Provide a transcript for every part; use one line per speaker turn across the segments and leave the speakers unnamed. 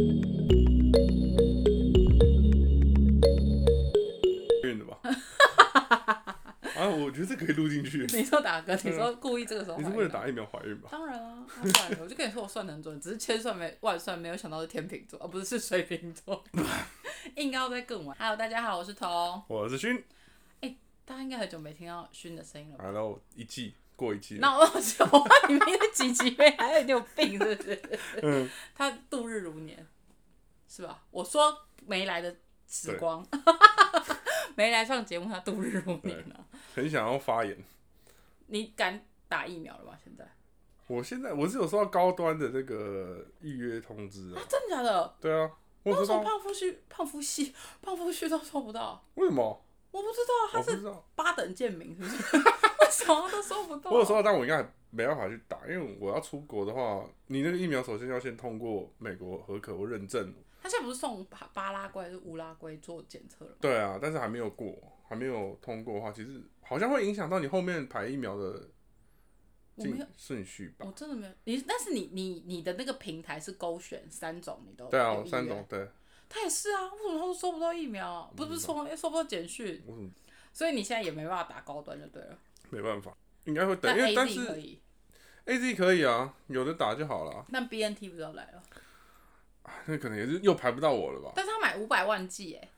啊得这可以录进去。
你说打嗝，你说故意这个时候
嗯
怀
你
孕啊、
是为了打疫苗怀孕吧？
当然啊，那不然呢我 就跟你说我算得很准，只是千算没万算，没有想到是天秤座，而、啊不是是水瓶座， 应该要再更晚。Hello，大家好，我是彤，
我是勋，
大家应该很久没听到勋的声音了吧。
然后一季过一季，
那我想问你们的几集没？还有你有病是不是？
嗯，
他度日如年，是吧？我说没来的时 光，没来上节目，他度日如年了、
很想要发言。
你敢打疫苗了吗？现在啊，
我现在我是有收到高端的这个预约通知啊，
真的假的？
对啊，我
为
知
什么
道
胖夫婿、胖夫婿、 胖夫婿都收不到？
为什么，
我不知道，
我
他
不
是
知道，
八等贱民是不 是？为什么都收不到？
我有收到，但我应该还没办法去打，因为我要出国的话，你那个疫苗首先要先通过美国合可或认证，
他现在不是送巴巴拉圭还是乌拉圭做检测了吗？
对啊，但是还没有过，还没有通过的话，其实好像会影响到你后面排疫苗的
我没有
进顺序吧
我？真的没有你，但是你你你的那个平台是勾选三种，你都
对啊
有，意愿
三种，对，
他也是啊，为什么他都收不到疫苗啊？不是不是收收不到简讯，
我怎么
所以你现在也没办法打高端就对了。
没办法，应该会等，
但
因为
A
但
Z 可
是
以，
A Z 可以啊，有的打就好了啊，
但 B N T 不知道来了，
那可能也是又排不到我了吧？
但是他买五百万剂哎，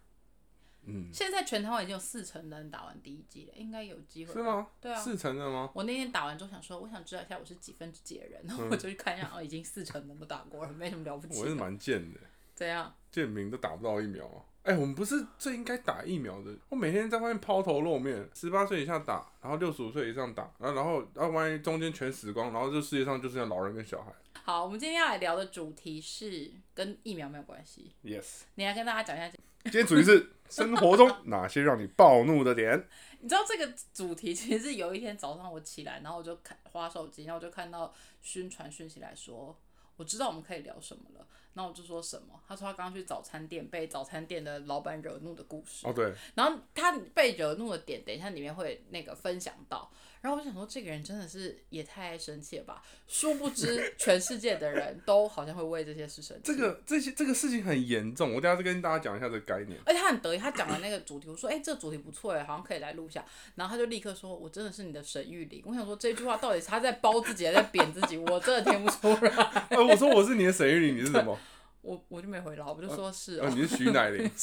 嗯，
现在全台湾已经有四成的人打完第一剂了，应该有机会
是。吗？
对啊
四成的吗？
我那天打完之后想说，我想知道一下我是几分之几的人，然后我就去看一下，哦，已经四成的都打过了，没什么了不起
嗯我是
的。
蛮贱的，
怎样？
贱民都打不到疫苗啊。哎、我们不是最应该打疫苗的？我每天在外面抛头露面，十八岁以下打，然后六十五岁以上打，然后然后然后万一中间全死光，然后这世界上就剩下老人跟小孩。
好，我们今天要来聊的主题是跟疫苗没有关系，
Yes，
你来跟大家讲一下。
今天主题 是生活中哪些让你暴怒的点？
你知道这个主题其实是有一天早上我起来，然后我就看花手机，然后我就看到宣传讯息来说，我知道我们可以聊什么了，然后我就说什么，他说他刚刚去早餐店被早餐店的老板惹怒的故事，
哦，对，
然后他被惹怒的点，等一下里面会那个分享到。然后我就想说，这个人真的是也太爱生气了吧？殊不知全世界的人都好像会为这些事生气。
这，个这些这个事情很严重，我等一下再跟大家讲一下这个概念。
而且他很得意，他讲完那个主题，我说：“哎、这个主题不错哎，好像可以来录一下。”然后他就立刻说：“我真的是你的沈玉玲。”我想说，这句话到底是他在包自己，还是在贬自己？我真的听不出 来。
哎、我说我是你的沈玉玲，你是什么？
我我就没回答，我就说是
哦，
哦。
你是徐乃 麟。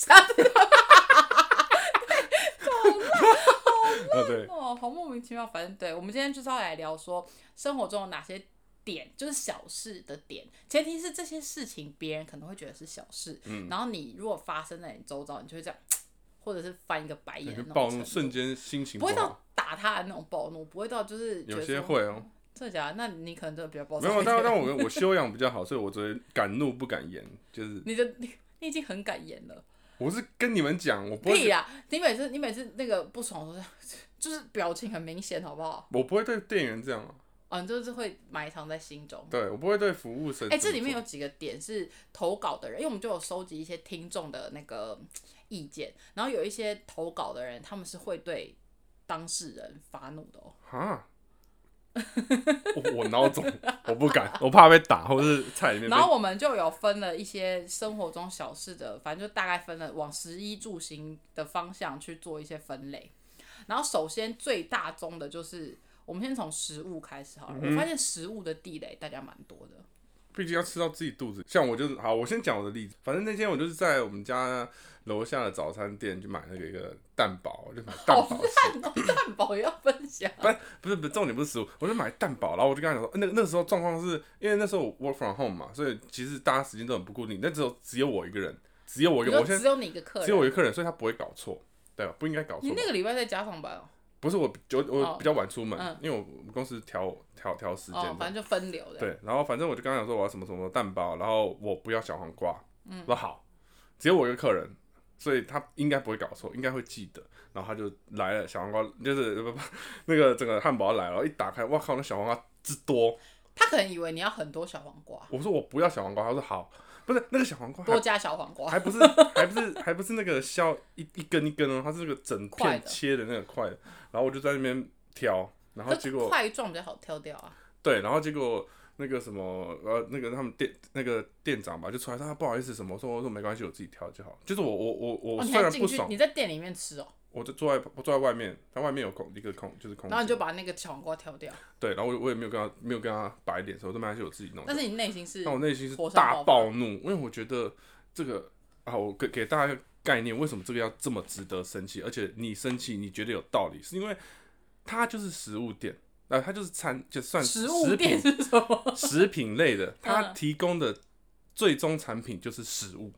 哦，对，
哦，好莫名其妙。反正对，我们今天就是要来聊说生活中有哪些点，就是小事的点。前提是这些事情别人可能会觉得是小事，
嗯
然后你如果发生在你周遭，你就会这样，或者是翻一个白眼
就
的那
暴
种程
怒，
度，
瞬间心情
不
不
会
好
到。打他的那种暴怒，不会到就是觉
有
得
些
说哦
会哦。
真的假的？那你可能真的比较暴躁
没
一点。
有， 但但我我修养比较好，所以我只会敢怒不敢言，就是
你的你你已经很敢言了。
我是跟你们讲，我不
屁啊
会，
啦！你每次你每次那个不爽的时候，就是表情很明显，好不好？
我不会对店员这样啊，
啊，你就是会埋藏在心中。
对我不会对服务生么做。
哎、这里面有几个点是投稿的人，因为我们就有收集一些听众的那个嗯意见，然后有一些投稿的人，他们是会对当事人发怒的哦。
哈，我我孬种，我不敢，我怕被打，或是菜里面被
然后我们就有分了一些生活中小事的，反正就大概分了往食衣住行的方向去做一些分类。然后首先最大宗的就是，我们先从食物开始好
嗯
了。我发现食物的地雷大家蛮多的，
毕竟要吃到自己肚子。像我就是好，我先讲我的例子。反正那天我就是在我们家楼下的早餐店去买那个一个蛋堡，我就买蛋
好
堡吃。
烂哦，蛋堡也要分享。
不是不是不是重点不是食物，我就买蛋堡，然后我就跟他讲说，呃那那时候状况是因为那时候我 work from home 嘛，所以其实大家时间都很不固定，那只有只有我一个人，只有我一
你
个，
说
我现
只
在
有你一个客人，
只有我一个客人，所以他不会搞错，对吧？不应该搞错
你
吧。
那个礼拜在家上班哦，
不是我就我
哦
比较晚出门，
嗯
因为我我们公司调调调时间
哦，
的，
反正就分流的。，
对，然后反正我就跟他讲说我要什么什么蛋包，然后我不要小黄瓜，嗯，说好，只有我一个客人，所以他应该不会搞错，应该会记得，然后他就来了小黄瓜，就是 不不那个整个汉堡来了，一打开，哇靠，那小黄瓜之多，
他可能以为你要很多小黄瓜，
我说我不要小黄瓜，他说好，不是那个小黄瓜
多啊
还
加小黄瓜，
还不是还不是还不是那个削一一根一根哦，它是那个整
块
片
的
切的那个块的，然后我就在那边挑，然后
可
结
是
果
块状比较好挑掉啊。
对，然后结果那个什么呃，那个他们店那个店长吧，就出来说他不好意思什么，我说我说没关系，我自己挑就好。就是我我我
哦，
我
你
虽
还
然
进
不
去？
爽，
你在店里面吃哦？
我就坐在我坐在外面，它外面有空一个空就是空
然后你
间
就把那个小黄瓜挑掉，
对，然后我我也没有跟他没有跟他摆脸，所以我都没关系，我自己弄。
但是你内心是
但我内心是
火山
大
爆发
暴怒，因为我觉得这个啊，我给给大家一个概念，为什么这个要这么值得生气？而且你生气，你觉得有道理，是因为它就是食物店，啊、它就是餐，就算
食
食
物
品
店是什么？
食品类的，它
嗯
提供的最终产品就是食物，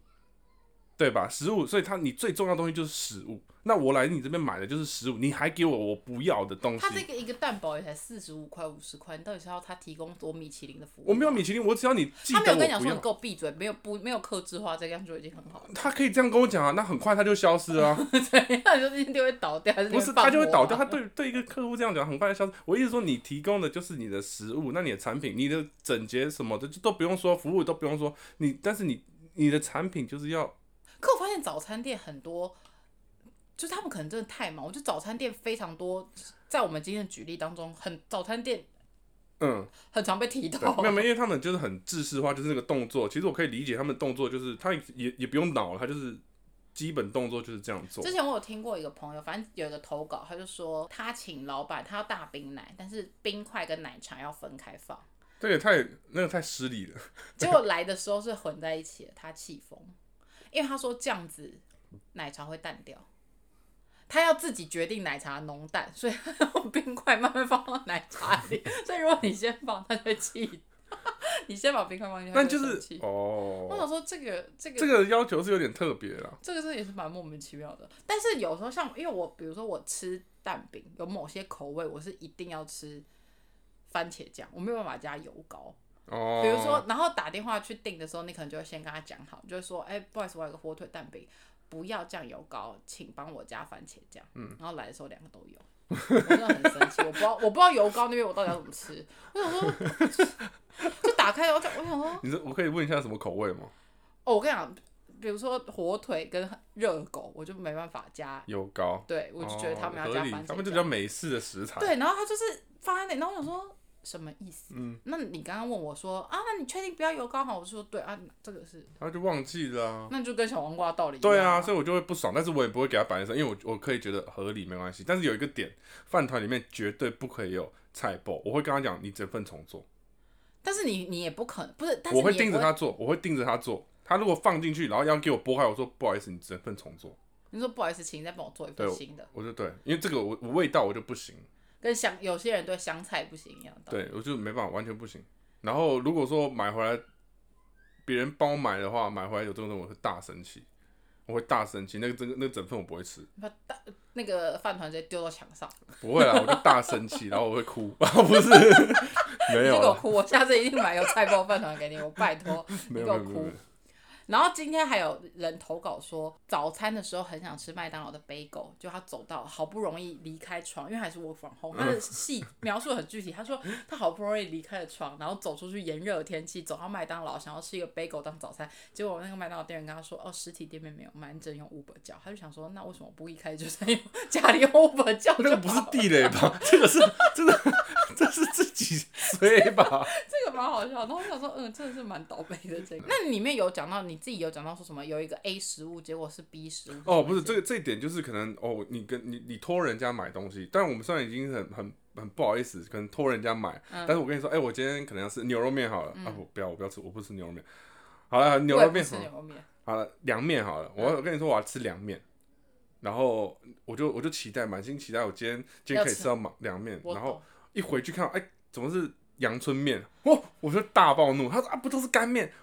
对吧？食物，所以它你最重要的东西就是食物。那我来你这边买的就是食物，你还给我我不要的东西
他。这个一个蛋堡也才四十五块五十块，你到底是要他提供多米其林的服务？
我没有，米其林，我只要你记
他没
得
有跟
我
你讲
不
说你
要。
给我闭嘴，没有不没有克制化，这样就已经很好了。
他可以这样跟我讲啊，那很快他就消失啊，
对，他就一定会倒掉，还是
不是
放
他就会
火
倒
啊
掉。他对对一个客户这样讲，很快就消失。我意思说，你提供的就是你的食物，那你的产品、你的整洁什么的就都不用说，服务都不用说，你但是你你的产品就是要
可我发现早餐店很多，就是他们可能真的太忙。我觉得早餐店非常多，在我们今天的举例当中，很早餐店
嗯。
很常被提到。
对，没有没有，因为他们就是很制式化，就是那个动作。其实我可以理解他们动作，就是他也也不用脑了，他就是基本动作就是这样做
之。前我有听过一个朋友，反正有一个投稿，他就说他请老板，他要大冰奶，但是冰块跟奶茶要分开放，
这个太那个太失礼了，
结果来的时候是混在一起的，他气疯，因为他说这样子奶茶会淡掉。他要自己决定奶茶的浓淡，所以他用冰块慢慢放到奶茶 里。所以如果你先放，他就会气。 你先把冰块放进去，
那
他
就
会生
是
气。我
哦，
想说这个这个
这个要求是有点特别啦。
这个是也是蛮莫名其妙的。但是有时候像，因为我比如说我吃蛋饼，有某些口味我是一定要吃番茄酱，我没有办法加油膏。
哦，
比如说，然后打电话去订的时候，你可能就会先跟他讲好，你就会说，哎、不好意思，我有个火腿蛋饼，不要酱油膏，请帮我加番茄酱。嗯，然后来的时候两个都有。我真的很生气，我不知道，我不知道油膏那边我到底要怎么吃。我想说， 就打开了，我想，我想说，
你这我可以问一下什么口味吗？
哦，我跟你讲，比如说火腿跟热狗，我就没办法加，
油膏，
对我就觉得他们要
哦
加
合理
番
他们
茄
就
酱。
叫美式的食材。
对，然后他就是放在那里，然后我想说什么意思？
嗯，
那你刚刚问我说啊，那你确定不要油膏好？我说对啊，这个是，
他就忘记了啊、
那就跟小黄瓜道理一样。
对啊，所以我就会不爽，但是我也不会给他摆在身上，因为我我可以觉得合理没关系。但是有一个点，饭团里面绝对不可以有菜包，我会跟他讲，你整份重做。
但是你你也不可能，不是，但是
我
你
会
也不
盯着他做，我会盯着他做。他如果放进去，然后要给我剥开，我说不好意思，你整份重做。
你说不好意思，请你再帮我做一份
对
新的，
我说对，因为这个我我味道我就不行，
跟香有些人对香菜不行一样的道理。
对我就没办法，完全不行。然后如果说买回来别人帮我买的话，买回来有这种东西，我会大生气，我会大生气。那个整个那个整份我不会吃，
把大那个饭团直接丢到墙上，
不会啦，我就大生气，然后我会哭， 啊不是没
你
有啊
就给我
啦，
哭，我下次一定买有菜包饭团给你，我拜托，你
没
给
有没有
我
没有没
哭
有。。
然后今天还有人投稿说，早餐的时候很想吃麦当劳的 bagel，就他走到好不容易离开床，因为还是 work from home，他的
嗯
细描述很具体。他说他好不容易离开了床，然后走出去炎热的天气，走到麦当劳想要吃一个 bagel 当早餐，结果那个麦当劳店员跟他说，哦，实体店面没有卖，你只能用 Uber 叫。他就想说，那为什么不一开始就在用家里用 Uber 叫就
那
好
个
了？
不是地雷吧？这个是真的，这是自己 吹吧？
这个蛮好笑的。然后我想说，嗯，真的是蛮倒霉的这个。那里面有讲到你自己有讲到说什么，有一个 A 食物，结果是 B 食物。
哦，不是这个这一点就是可能哦，你跟你你托人家买东西，但我们虽然已经很很很不好意思，可能托人家买，
嗯
但是我跟你说，哎、我今天可能要吃牛肉面好了、啊，我不要，我不要吃，我不吃牛肉面。好了，牛
我也
肉
不
面
吃
好了
牛肉面，
好了，凉面好了，我我跟你说我要吃凉面，然后我就我就期待满心期待，我今天今天可以
要吃
吃到满凉面，
我
然后
懂。
一回去看，哎、怎么是阳春面？哦，我就大暴怒，他说啊，不都是干面？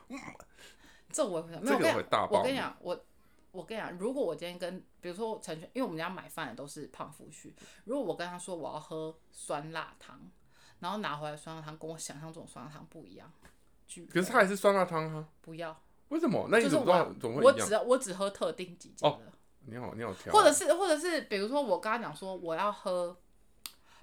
这我也会想，没
这
有
个
我
会
跟你
大
讲，
爆
我跟你讲，我我跟你讲，如果我今天跟，比如说陈全，因为我们家买饭的都是胖夫婿，如果我跟他说我要喝酸辣汤，然后拿回来酸辣汤跟我想象中的酸辣汤不一样，巨
可是它也是酸辣汤啊，
不要，
为什么？那你
就是
怎么知道
我
怎么
我
会一样？哦
只我只喝特定几家的，
你好，你好挑啊，
或者是或者是比如说我跟他讲说我要喝，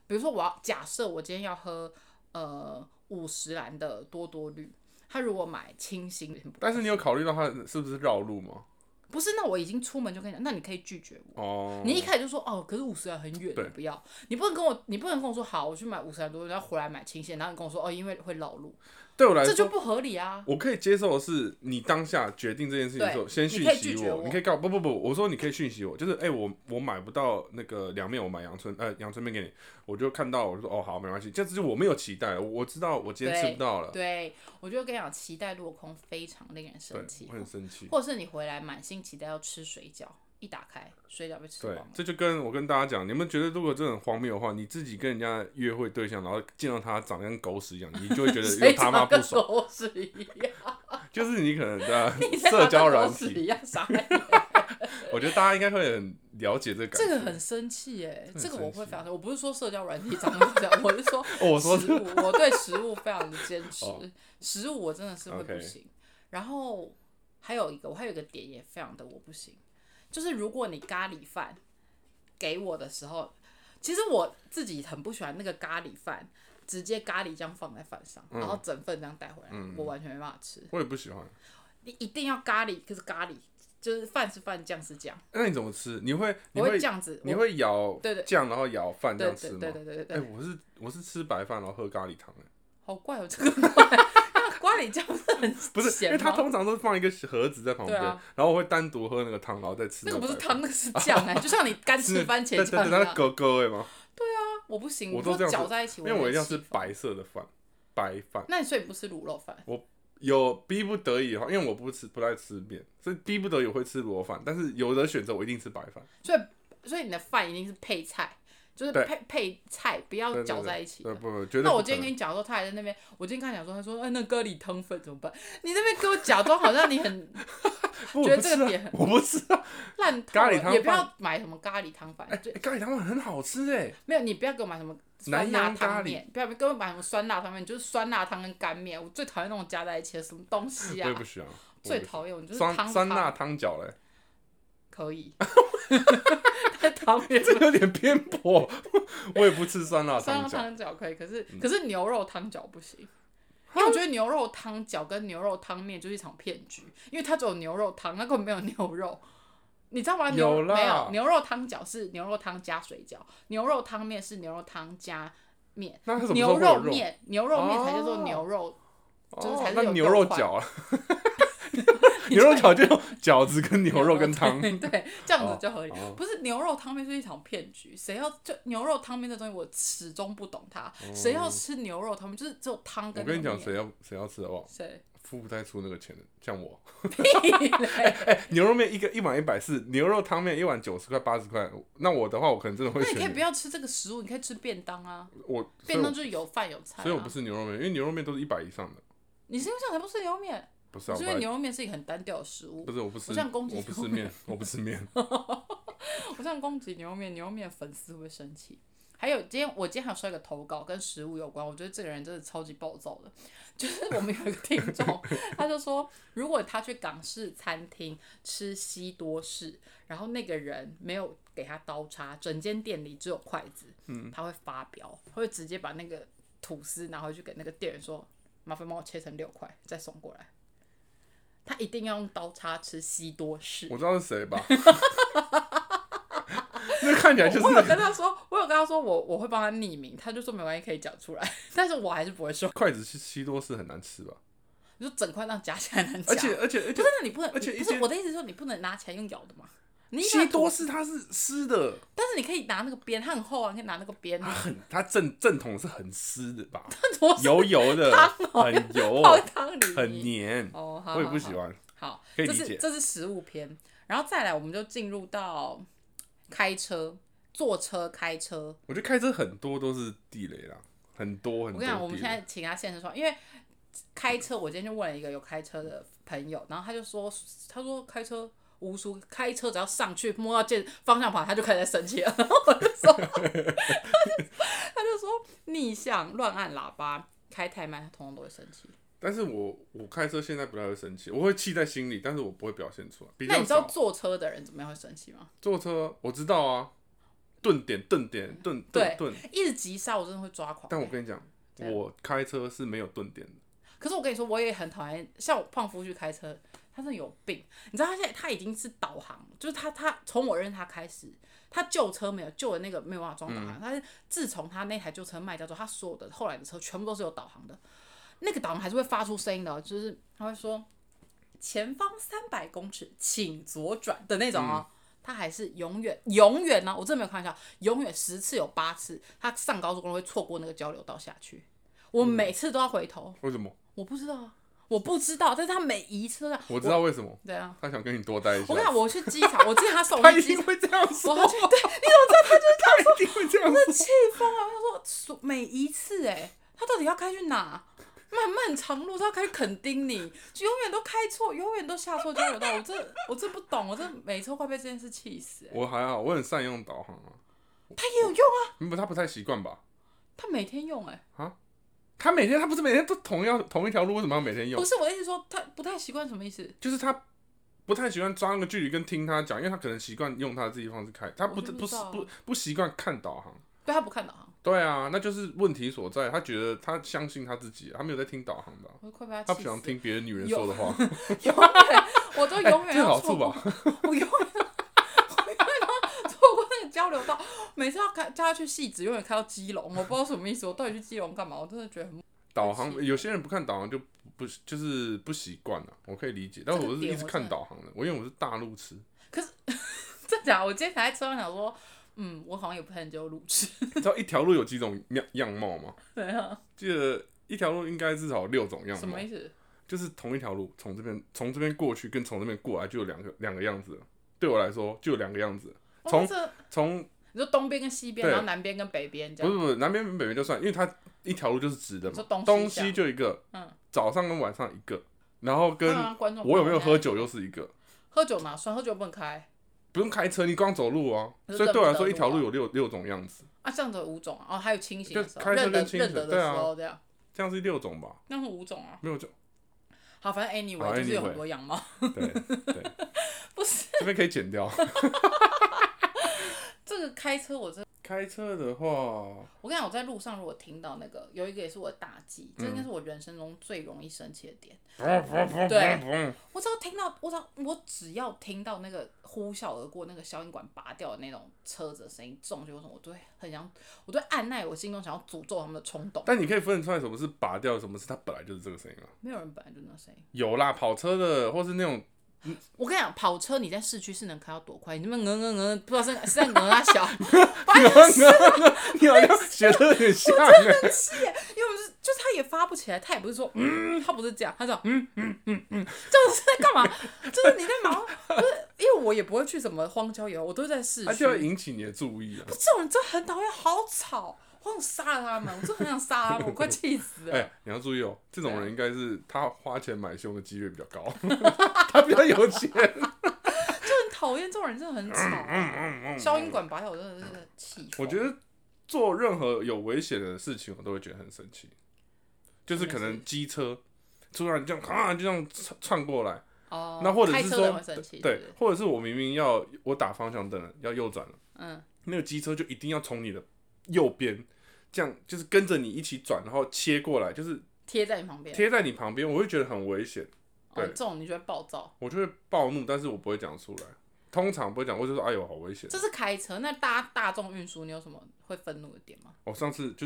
比如说我要假设我今天要喝呃五十兰的多多绿，他如果买清新，
但是你有考虑到它是不是绕路吗？
不是，那我已经出门就跟你讲，那你可以拒绝我。
哦，
你一开始就说哦，可是五十元很远，我
对
不要。你不能跟我，你不能跟我说好，我去买五十元多，然后回来买清鲜，然后你跟我说哦，因为会绕路，
对我来
这就
说，
不合理啊。
我可以接受的是，你当下决定这件事情的时候，
对
先
你
讯
可以
息
拒绝
我，
我
你可以告不不不，我说你可以讯息我，就是哎、我我买不到那个凉面，我买阳春呃阳春面给你，我就看到我就说哦好没关系，这就是我没有期待，我我知道我今天吃不到了，
对，我就跟你讲，期待落空非常令人
对
生气哦
我，很生气，
或者是你回来满心期待要吃水饺，一打开水饺被吃光
对
了，。
这就跟我跟大家讲，你们觉得如果这很荒谬的话，你自己跟人家约会对象，然后见到他长得跟狗屎一样，你就会觉得
谁
又他妈
长
不
跟
爽，
狗屎一 样，
就是你可能在
你
社
长
交
跟
软
狗屎一
体，
样啥？
我觉得大家应该会很了解这个感
这
觉。
个很生气耶，
很
这个
生
我会
气
非常生，我不是说社交软体长得这样，我是说
哦，我说
食物，我对食物非常的坚持
哦，
食物我真的是会不
OK
行。然后还有一个，我还有一个点也非常的我不行，就是如果你咖喱饭给我的时候，其实我自己很不喜欢那个咖喱饭，直接咖喱这样放在饭上，然
嗯
后整份这样带回来，我完全没办法吃。
我也不喜欢。
你一定要咖喱，可是咖喱就是饭是饭，酱是酱，
那你怎么吃？你会你
我
会
会这样子，
你
我
会舀
对对
酱，然后舀饭这
对
样
对
吃
对
吗？
对对对
哎、
对，
我是我是吃白饭，然后喝咖喱汤、哎，
好怪哦，这个 咖喱酱不是很
不是，因
咸
为它
吗
通常都放一个盒子在旁边，
对啊
然后我会单独喝那个汤，然后再吃
那个
白
不是
饭，
汤，那个是酱哎、就像你干吃番茄
对对
酱
对，
一
它 是
样。
狗狗哎嘛，
我不行，
我都
就
这样子
搅在一起，
因为我一定要
没
吃
气氛。
白色的饭，白饭。
那你所以不吃卤肉饭？
有逼不得已的话，因为我不吃不太吃面，所以逼不得已我会吃卤肉饭。但是有的选择，我一定吃白饭。
所以所以你的饭一定是配菜，就是
对
配配菜，不
对
要
对
搅
对
在一起
对
的。
不不，绝对
那
不
我
可
今天
能
跟你讲说，他还在那边，我今天跟他讲说，他说，哎，那咖喱汤粉怎么办？你那边给我假装好像你很
不 我
觉得
不
这个
吃啊
点很
我不吃啊。
烂透
咖喱
了
汤
也不
饭
要买什么咖喱汤饭
哎、，
就
哎咖喱汤饭很好吃哎、
没有，你不要给我买什么
南
酸辣
洋咖
汤
喱
面，不要给我买什么酸辣汤面，就是酸辣汤跟干面，我最讨厌那种加在一起的什么东西
我
啊
也不，喜欢。我也
最
不喜欢
讨厌，我就是汤
酸酸
汤
辣汤饺 嘞，
可以。在汤面
这有点偏颇。我也不吃酸辣
酸
汤嗯
辣
饺，
汤饺可以，可是可是牛肉汤饺不行，因为我觉得牛肉汤饺跟牛肉汤面就是一场骗局，因为它只有牛肉汤，它根本没有牛肉。你知道吗？牛
有啦
没有牛肉汤饺是牛肉汤加水饺，牛肉汤面是牛肉汤加面，
那它怎么
牛
时候
肉
会有肉？
面牛肉面才叫做
哦
牛肉，就是
哦
才是
那
有
牛
肉
肉
块
饺 啊，牛肉饺就有饺子跟牛肉跟汤。
对对，这样子就合理。
哦
不是牛肉汤面是一场骗局，谁要就牛肉汤面这东西，我始终不懂它。谁要吃牛肉汤面，就是只有汤
哦我
跟
跟你
牛
讲，
面
谁要谁要吃好不好？
谁？
付不太出那个钱的，像我。 哎
屁嘞
牛肉面一个一碗一百四，牛肉汤面一碗九十块八十块。那我的话， 我可能真的会
那你可以
选
不要吃这个食物，你可以吃便当啊。
我
便当就是有饭有菜、啊。
所以我，所以我不吃牛肉面，因为牛肉面都是一百以上的。
你是因为这样才不吃牛肉面，
不是
我
啊，
是因
我
为
本来
牛肉面是一个很单调的食物
不。是我不吃，
我这样攻击
我不吃
牛肉面
面，我不吃面。
我这样攻击牛肉面，牛肉面粉丝会不会生气？还有今天我今天还有收一个投稿跟食物有关，我觉得这个人真的超级暴躁的。就是我们有一个听众， 他就说，如果他去港式餐厅吃西多士，然后那个人没有给他刀叉，整间店里只有筷子，嗯，他会发飙，他会直接把那个吐司拿回去给那个店员说，麻烦帮我切成六块再送过来。他一定要用刀叉吃西多士。
我知道是谁吧？ 那看起来就是
我有跟他说，我有跟他说我我会帮他匿名，他就说没关系，可以讲出来， 但是我还是不会说，
筷子西西多士很难吃吧？
你就整块让夹起来很难夹。
而且而且而
不
且
是，那你不能，
而且
你
一
不是
些
我的意思是说，你不能拿起来用咬的嘛。你一般
西多士它是湿的，
但是你可以拿那个边，它很厚啊，你可以拿那个边
它。很它正正统是很湿的吧，
那多
油油的
汤，哦
很油，
泡汤里
很黏，
哦，好
我也不喜
好好
欢。
好，
可以
这
理
是
解
这是食物篇，然后再来我们就进入到开车、坐车、开车。
我觉得开车很多都是地雷啦，很多很多
我跟
地雷。
你讲，我们现在请他现身说法，因为开车，我今天就问了一个有开车的朋友，然后他就说，他说开车无数，开车只要上去摸到键方向盘，他就开始在生气了。然后我就说，他 就他就说逆向乱按喇叭，开太慢，他通常都会生气。
但是我我开车现在不太会生气，我会气在心里，但是我不会表现出来。比
那
较
你知道
少
坐车的人怎么样会生气吗？
坐车，我知道啊，顿点顿点顿
对
顿顿。
一直急刹，我真的会抓狂。
但我跟你讲，
这样
我开车是没有顿点的。
可是我跟你说，我也很讨厌，像我胖夫去开车，他真的有病。你知道他现在他已经是导航，就是他他从我认识他开始，他旧车没有旧的那个没有办法装导航，但是自从他那台旧车卖掉之后，他所有的后来的车全部都是有导航的，那个导航还是会发出声音的哦，就是他会说前方三百公尺，请左转的那种哦。他还是永远永远呢、我真的没有开玩笑，永远十次有八次，他上高速公路会错过那个交流道下去。我每次都要回头，
为什么？
我不知道啊，我不知道，但是他每一次都这样。
我知道为什么，
对啊，
他想跟你多待一下
我。跟你讲，我去 机场，我记得他送
他
我
一
去机
定
场，
会这样
我
说，
要去对，
他一定会这样说。
气疯啊！他说所每一次、哎，他到底要开去哪？漫漫长路，他要开去垦丁你，就永远都开错，永远都下错交流道。我真我真不懂，我真每次都快被这件事气死、哎
我还好，我很善用导航啊。
他也有用啊，
嗯不，他不太习惯吧？
他每天用哎、
他每天他不是每天都同样同一条路，为什么要每天用
不？是我的意思说他不太习惯，什么意思？
就是他不太习惯抓那个距离跟听他讲，因为他可能习惯用他自己方式开，他不
我就不
不
知道
不不习惯看导航。
对他不看导航，
对啊，那就是问题所在。他觉得他相信他自己，他没有在听导航的啊，
我都快被他
他
气
不
死
想
了。
听别的女人
有
说的话。
永远，我都永
哎
远
这
要
好
错
处
过，
吧？
我永远， 我永远要错过那个交流道。每次要开叫他去戏子，永远开到基隆，我不知道什么意思。我到底去基隆干嘛？我真的觉得很
导航有些人不看导航就不就是不习惯了，我可以理解。但是
这个
我是
点
一直
我
看
真的
导航的，我因为我是大路痴，
真假。我今天才在车上想说，嗯，我好像也不太能接受路痴。
你知道一条路有几种样样貌吗？
对啊，
记得一条路应该至少有六种样
什
貌
么，意思？
就是同一条路从这边从这边过去跟从这边过来就有两个两个样子了。对我来说就有两个样子，
哦
从
这
从
你说东边跟西边，
对
然后南边跟北边这
不
样。
是不是南边跟北边就算，因为它一条路就是直的
你说
嘛，
东西
东
向
西就一个，
嗯，啊
早上跟晚上一个，然后跟
当然观众，
我有没有喝？酒又是一个，
喝酒哪算？喝酒不能开
不用开车，你光走路哦、
可是
所以对我来说，
认
一
不
条
得路啊
路有六六种样子，
啊！这样子有五种啊，哦，还有清醒的
就
时候，
开车
认得
跟清醒
认得
对
的
啊
时候这样，
这样是六种吧？
那是五种啊。
没有就
好，反正 anyway
好
就是有
anyway
很多样貌，
对对，
不是。
这边可以剪掉。
这个开车我真，
开车的话，
我跟你讲，我在路上如果听到那个，有一个也是我的大忌，这应该是我人生中最容易生气的点。嗯对我只要听到，我只要我只要听到那个呼啸而过、那个消音管拔掉的那种车子的声音，重就什么，我都会很想，我都会按耐我心中想要诅咒他们的冲动。
但你可以分得出来什么是拔掉，什么是它本来就是这个声音啊。
没有人本来就那声音。
有啦，跑车的或是那种
我跟你讲，跑车你在市区是能开到多快？你那边嗯嗯嗯，不知道是是在嗯啊小，
你好像学的有点像哎，
因为我们是就是他也发不起来，他也不是说嗯，他不是这样，他这样嗯嗯嗯嗯，就是在干嘛？就是你在忙，就是因为我也不会去什么荒郊野外，我都是在市
它
区
啊就。会引起你的注意啊。
这种人真的很讨厌，好吵，我想杀了他们，我真的很想杀了他们，我快气死了。
哎、你要注意哦，这种人应
啊
该是他花钱买凶的几率比较高， 他比较有 钱。
就很讨厌这种人，真的很
嗯
吵。消音管拔掉，我真的是气疯。
我觉得做任何有危险的事情，我都会觉得很生气。就是可
什么
能
事
机车突然这样啊，就这样窜窜过来，
哦，
那或者
开
是
车的人
说
会生气，是
对
不是，
或者是我明明要我打方向灯了，要右转了，
嗯，
那个机车就一定要从你的右边这样，就是跟着你一起转，然后切过来，就是
贴在你旁边，
贴在你旁边，我会觉得很危险。
哦，
对
这种你就会暴躁。
我就会暴怒，但是我不会讲出来，通常不会讲，我就说哎呦好危险。
这是开车，那大家大众运输，你有什么会愤怒的点吗？
我上次就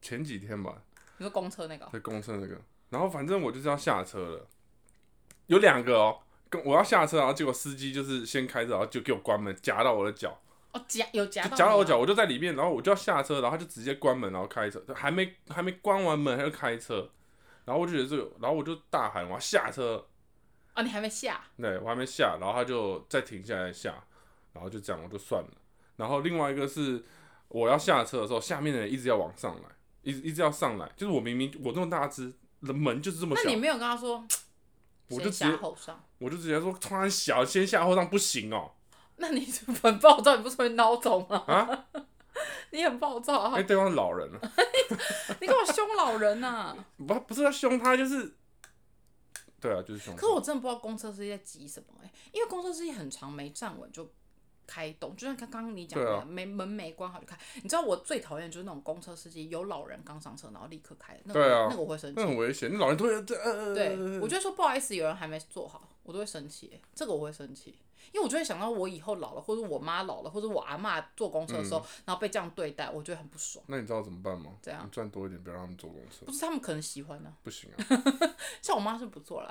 前几天吧，
你说公车那个哦，
在公车那个，然后反正我就是要下车了，有两个哦，跟我要下车，然后结果司机就是先开着，然后就给我关门，夹到我的脚，
哦夹有夹
就
到
夹到我
你吗
脚，我就在里面，然后我就要下车，然后他就直接关门，然后开车，还没还没关完门他就开车，然后我就觉得这个，然后我就大喊我要下车，
啊，你还没下，
对我还没下，然后他就再停下来下，然后就这样我就算了。然后另外一个是我要下车的时候，下面的人一直要往上来，一直一直要上来，就是我明明我这么大只，门就是这么
那
小
你，没有跟他说，
我
先
就直
下
接
后上。
我就直接说突然小，先下后上不行哦、
那你就很暴躁，你不是会孬种吗？
啊！
你很暴躁
哎、
啊！
对方是老人了，
你干嘛凶老人啊呐、
不不是要凶他，就是对啊，就是凶他
可是。我真的不知道公车司机在急什么哎、因为公车司机很长没站稳就开动，就像刚刚你讲
对
的，
啊
没门没关好就开。你知道我最讨厌就是那种公车司机有老人刚上车然后立刻开，那个
对啊
那个我会生气
那。很危险，那老人突然这呃，
对，我就说不好意思，有人还没坐好，我都会生气耶，这个我会生气，因为我就会想到我以后老了，或者我妈老了，或者我阿嬷坐公车的
嗯
时候，然后被这样对待，我觉得很不爽。
那你知道怎么办吗？
怎样
你赚多一点，不要让他们坐公车
不。是他们可能喜欢呢、
不行啊，
像我妈是不 做啦，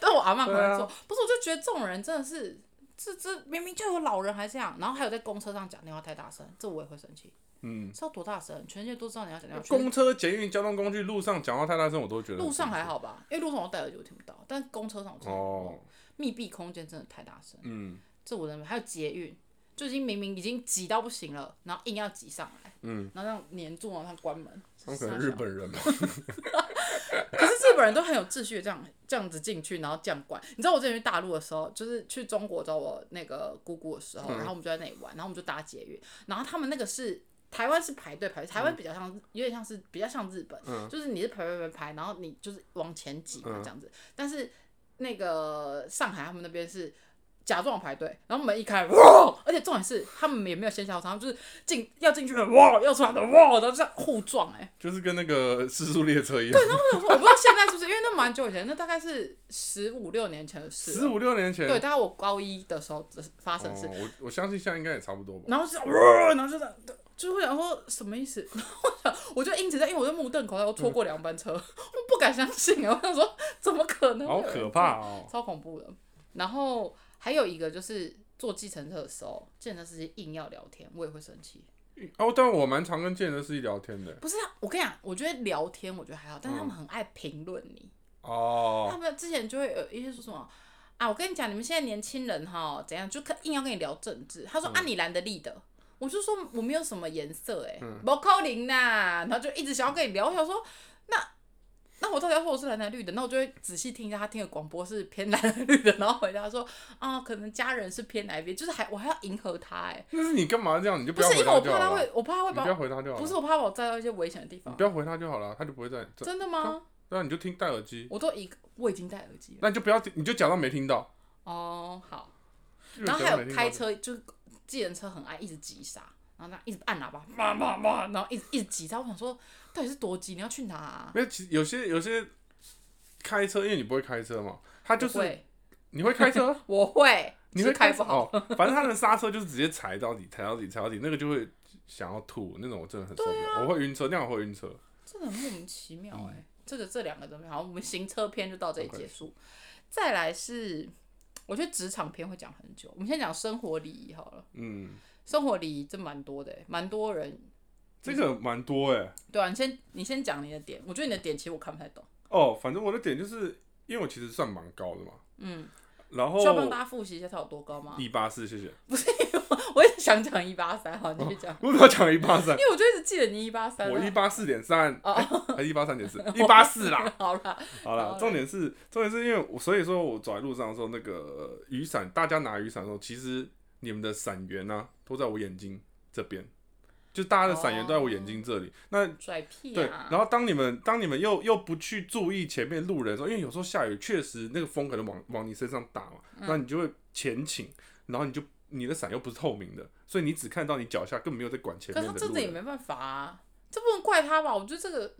但我阿嬷可能做。
啊
不是，我就觉得这种人真的是，这这明明就有老人还这样，然后还有在公车上讲电话太大声，这我也会生气。嗯，是要多大声？全世界都知道你要讲电话。全世
公车、捷运、交通工具路上讲话太大声，我都觉得
路上还好吧，因为路上我戴耳机我听不到，但公车上我真的
哦，
密闭空间真的太大声，
嗯
这我认为还有捷运，就已经明明已经挤到不行了，然后硬要挤上来，
嗯，
然后这样黏住，然后这样关门。
他们可能日
傻
本人吧，
可是日本人都很有秩序，这样这样子进去，然后这样关。你知道我之前去大陆的时候，就是去中国找我那个姑姑的时候，然后我们就在那里玩，然后我们就搭捷运，然后他们那个是。台湾是排队排队，台湾比较像，有点像是比较像日本，就是你是排排排排，然后你就是往前挤嘛
嗯
这样子。但是那个上海他们那边是假装排队，然后门一开，哇！而且重点是他们也没有先下楼，他们就是进要进去的哇，要出来的哇，然后就这样互撞哎、
就是跟那个失速列车一样。
我不知道现在是不是，因为那蛮久以前，那大概是十五六年前的事了。
十五六年前，
啊对，大概我高一的时候的发生的事，
哦，我我相信现在应该也差不多吧。
然后就、呃、然后就这样就会想说什么意思？ 然后我想我就因此在，因为我就目瞪口呆，我错过两班车， 我不敢相信啊！我想说怎么可能？
好可，怕哦！
超恐怖的。然后还有一个就是坐计程车的时候，计程车司机硬要聊天，我也会生气。
哦，但我蛮常跟健身司机聊天的
不是啊，我跟你讲，我觉得聊天我觉得还好，
嗯
但是他们很爱评论你。
哦。
他们之前就会有一些说什么啊，我跟你讲，你们现在年轻人哈怎样，就可硬要跟你聊政治。
嗯
他说、啊，你蓝的绿的，我就说我没有什么颜色哎、欸，
嗯
不扣零呐，然后就一直想要跟你聊，我想说那。那我到底要说我是蓝的绿的，那我就会仔细听一下他听的广播是偏蓝的绿的，然后回答说啊，可能家人是偏哪一边，就是还我还要迎合他哎、欸
那是你干嘛这样？你就
不
要
是
回
因为我
他就
怕他
好了。
会，我怕他会
你
把
不要回他就好了。
不是我怕把我带到一些危险的地
你
方
不，要回他就好了，他就不会在。这
真的吗？
那你就听戴耳机，
我都已我已经戴耳机了
那你就不要听，你就假装没听到。
哦，好。
就
然后
假
还
装没听
有开
到
车，就是计程车很爱一直急刹，然后那一直按喇叭，叭叭叭，然后一直一直急刹。我想说，到底是多急？你要去哪、啊？
没有，其实有些有些开车，因为你不会开车嘛，他就
我
是
会，
你会开 车，
我会，
你
只
会
是开
车
不好。
哦，反正他的刹车就是直接踩到底，踩到底，踩到底，那个就会想要吐，那种我真的很受不了，
啊
我会晕车，那样我会晕车。
真的很莫名其妙
嗯
哎、这个这两个都没有。好，我们行车篇就到这里结束。再来是，我觉得职场篇会讲很久。我们先讲生活礼仪好了。
嗯，
生活礼仪这蛮多的、欸，蛮多人。
这个蛮多哎、
对啊，你先你先讲你的点。我觉得你的点其实我看不太懂。
哦，反正我的点就是，因为我其实算蛮高的嘛，
嗯，
然后
需要帮大家复习一下它有多高吗？
一八四，谢谢。
我也想讲一八三，好，你继续讲，
为什么要讲一八三
因？为我就一直记得你一八三。啊
我 一八四点三，
哦
哎还一八三点 四，一八四啦。
好啦，
好
好
了，
嘞
重点是重点是因为我，所以说我走在路上的时候，那个雨伞，大家拿雨伞的时候，其实你们的伞缘呢都在我眼睛这边，就大家的伞缘都在我眼睛这
哦
里。那
拽屁
对，
啊！
然后当你们当你们又又不去注意前面路人的时候，因为有时候下雨确实那个风可能往往你身上打嘛，
嗯
那你就会前倾，然后你就你的伞又不是透明的，所以你只看到你脚下，根本没有在管前
可
面
是
的
他
路
真的
人。
也没办法啊，这不能怪他吧？我觉得这个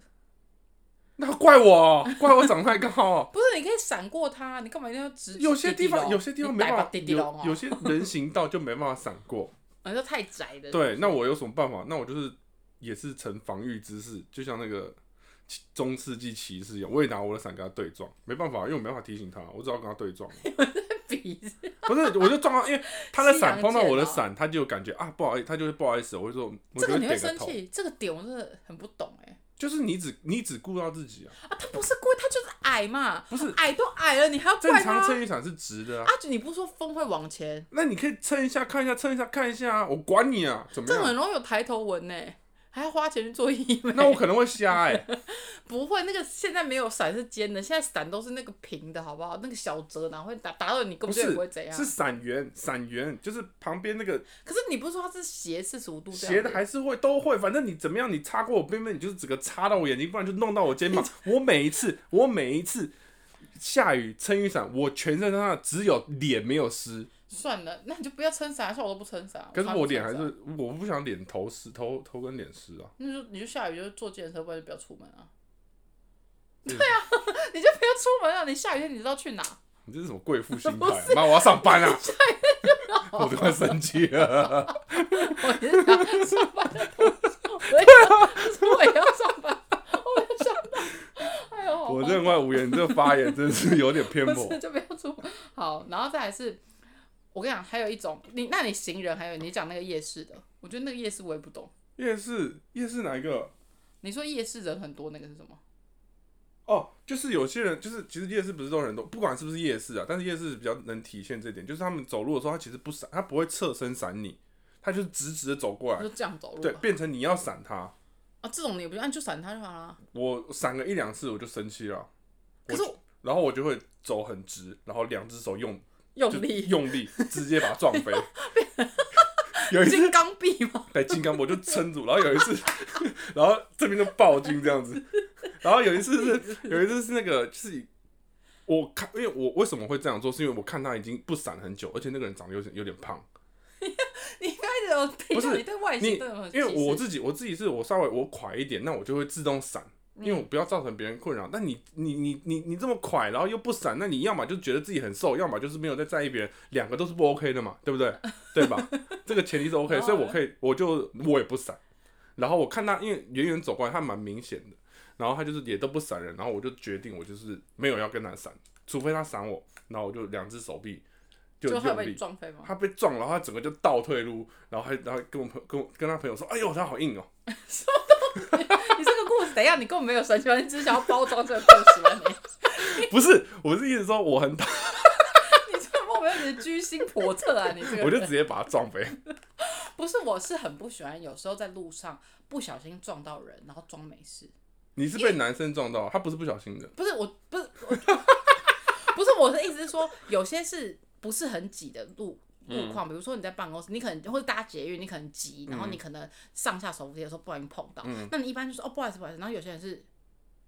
那怪我，哦怪我长太高。哦
不是，你可以闪过他，你干嘛一定要直？
有些地方有些地方没办法，
滴滴龙
有有
哦，
些人行道就没办法闪过。
你说太窄了。
对，那我有什么办法？那我就是也是成防御之势，就像那个骑中世纪骑士一样，我也拿我的伞跟他对撞，没办法，因为我没办法提醒他，我只好跟他对 撞。
鼻子
不是，我就撞到，因为他的伞
西洋剑
碰到我的
哦
伞，他就有感觉啊，不好意思，他就会不好意思，我会说，我
这
就
个你会
点个
生
头。
气，这个点我真的很不懂哎。
就是你只你只顾到自己啊，
啊，他不是故意，他就是矮嘛，
不是
矮都矮了，你还要
正
怪他
常
啊？
撑雨伞是直的啊，
你不说风会往前，
那你可以撑一下看一下，撑一下看一下啊，我管你啊，怎么
这
样？
很容易有抬头纹呢，还要花钱去做医美。
那我可能会瞎哎、
不会，那个现在没有伞是尖的，现在伞都是那个平的，好不好？那个小折哪会打打到你根
不
本就也
是
不会怎样。
是伞缘，伞缘就是旁边那个
可是你不是说它是斜四十五度这样？
斜的还是会都会，反正你怎么样，你擦过我边边，你就是整个擦到我眼睛，不然就弄到我肩 膀。我每一次，我每一次下雨撑雨伞，我全身上下只有脸没有湿，
算了，那你就不要撑伞，像我都不撑伞。
可是
从来
我
不撑
脸还
伞
是我不想脸头湿，头头跟脸湿啊。
那就你就下雨就坐健身车，不然就不要出门啊。对啊，你就不要出门啊！你下雨天你知道去哪？
你这是什么贵妇心态啊？妈，我要上班 啊！我都快生气 了。
我也是想上班的同事，我也要，我也要上班，我也想到，哎呦，好
我
荒
认为吴言这个发言真是有点偏
不
颇
是。 就不要出。好，然后再来是，我跟你讲，还有一种，你那你行人，还有你讲那个夜市的，我觉得那个夜市我也不懂。
夜市，夜市哪一个？
你说夜市人很多，那个是什么？
哦，就是有些人，就是其实夜市不是都有人多，不管是不是夜市啊，但是夜市比较能体现这点，就是他们走路的时候，他其实不闪，他不会侧身闪你，他就是直直的走过来，
就这样走路
对，
吧。
变成你要闪他。
啊，这种你也不就按就闪他就好了。啊
我闪个一两次我就生气了，
可是
我然后我就会走很直，然后两只手用
用力
就用力，直接把它撞 飞。 有一次
金刚臂吗？
对，金刚我就撑住，然后有一次， 然后这边就爆筋这样子，然后有一次是有一次是那个就是我看，因为我为什么会这样做，是因为我看他已经不闪很久，而且那个人长得有点有点胖，
你开始有评
不
价
是
你对外
你
形真的很
因为
歧视
我自己我自己是我稍微我垮一点，那我就会自动闪。
嗯
因为我不要造成别人困扰，但你你你你你这么快，然后又不闪，那你要么就觉得自己很瘦，要么就是没有在在意别人，两个都是不 OK 的嘛，对不对？对吧？这个前提是 OK，
然后
所以
呢
我可以，我就我也不闪。然后我看他，因为远远走过来，他蛮明显的，然后他就是也都不闪人，然后我就决定我就是没有要跟他闪，除非他闪我，然后我就两只手臂就
就会
用
被
力。
撞飞吗？
他被撞，然后他整个就倒退路，然后还然后跟我朋跟我跟他朋友说：“哎呦，他好硬哦、
你这个故事，等一下你根本没有神奇吧，你只是想要包装这个故事吧？ 你
不是，我是意思说我很讨，
你这莫名你的居心叵测啊！你这个人
我就直接把他撞飞。
不是，我是很不喜欢有时候在路上不小心撞到人，然后装没事。
你是被男生撞到，他不是不小心的。
不是，我 不是，我不是，我的意思是说，有些是不是很挤的路路况，比如说你在办公室，你可能或者搭捷运，你可能急，然后你可能上下手扶梯的时候不小心碰到，那你一般就说哦不好意思不好意思，然后有些人是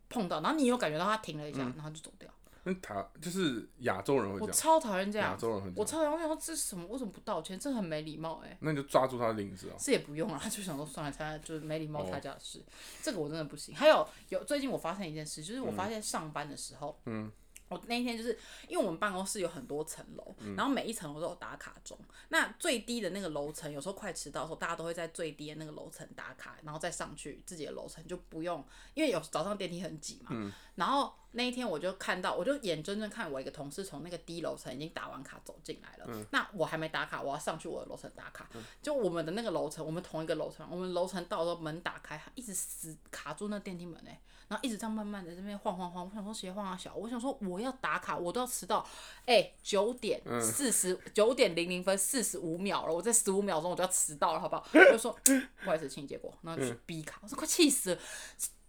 碰到，然后你有感觉到他停了一下，然后就走掉。
那他就是亚洲人会这
我
样，
超讨厌这
亚
样，
洲人会这
我
样，
超讨厌，我想说这是什么？为什么不道歉？这很没礼貌哎、
那你就抓住他的领子哦、
这也不用了，他就想说算了，他就是没礼貌
哦，
他家的事，这个我真的不行。还有有最近我发现一件事，就是我发
嗯
现上班的时候，嗯，我那一天就是因为我们办公室有很多层楼，
嗯
然后每一层楼都有打卡钟，那最低的那个楼层有时候快迟到的时候，大家都会在最低的那个楼层打卡，然后再上去自己的楼层，就不用因为有早上电梯很挤嘛，
嗯
然后那一天我就看到，我就眼睁睁看我一个同事从那个低楼层已经打完卡走进来了。那我还没打卡，我要上去我的楼层打卡。就我们的那个楼层，我们同一个楼层，我们楼层到的时候门打开，他一直死卡住那电梯门哎、然后一直这样慢慢的这边晃晃晃。我想说谁晃啊小？我想说我要打卡，我都要迟到。哎，九点四十九点零零分四十五秒了，我在十五秒钟我就要迟到了，好不好？我就说不好意思，请你结果，然后去逼卡，我说快气死了，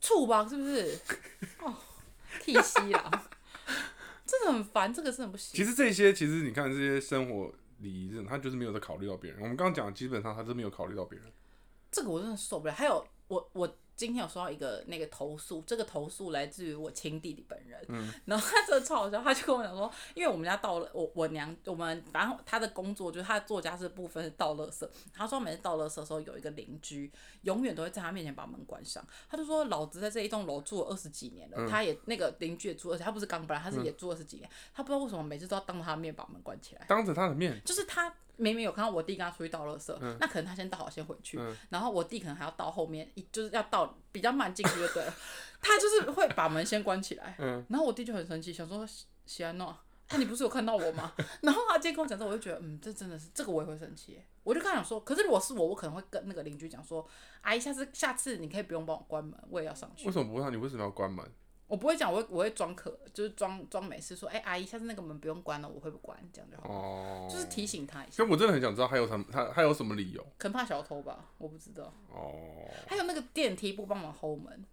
醋吧是不是？哦替西啦， 真的很烦，这个真的不行。
其实这些，其实你看这些生活礼仪这种，他就是没有在考虑到别人。我们刚刚讲的，基本上他是没有考虑到别人。
这个我真的受不了。还有我我今天有收到一个那个投诉，这个投诉来自于我亲弟弟本人，然后他真的超好笑，他就跟我讲说，因为我们家到了我我娘我们反正他的工作就是他的做家事部分是倒垃圾，他说每次倒垃圾的时候有一个邻居永远都会在他面前把门关上，他就说老子在这一栋楼住了二十几年了，他也那个邻居也住，而且他不是刚搬来，他是也住二十几年，他不知道为什么每次都要当着他的面把门关起来。
当着他的面，
就是他明明有看到我弟跟他出去倒垃圾，
嗯
那可能他先倒好先回去，然后我弟可能还要倒后面，一就是要倒比较慢进去就 对了。他就是会把门先关起来，
嗯
然后我弟就很生气，想说喜安诺，那、你不是有看到我吗？ 然后他今天跟我讲这，我就觉得嗯，这真的是这个我也会生气耶。我就跟他讲说，可是如果是我，我可能会跟那个邻居讲说，阿姨，下次下次你可以不用帮我关门，我也要上去
为。什么不让你为什么要关门？
我不会讲，我会我会装可，就是装装没事，说，哎、阿姨，下次那个门不用关了，我会不关，这样就好，
哦，
就是提醒他一下。
所以我真的很想知道他有什么，他他有什么理由？
可能怕小偷吧，我不知道。
哦，
还有那个电梯不帮忙后门，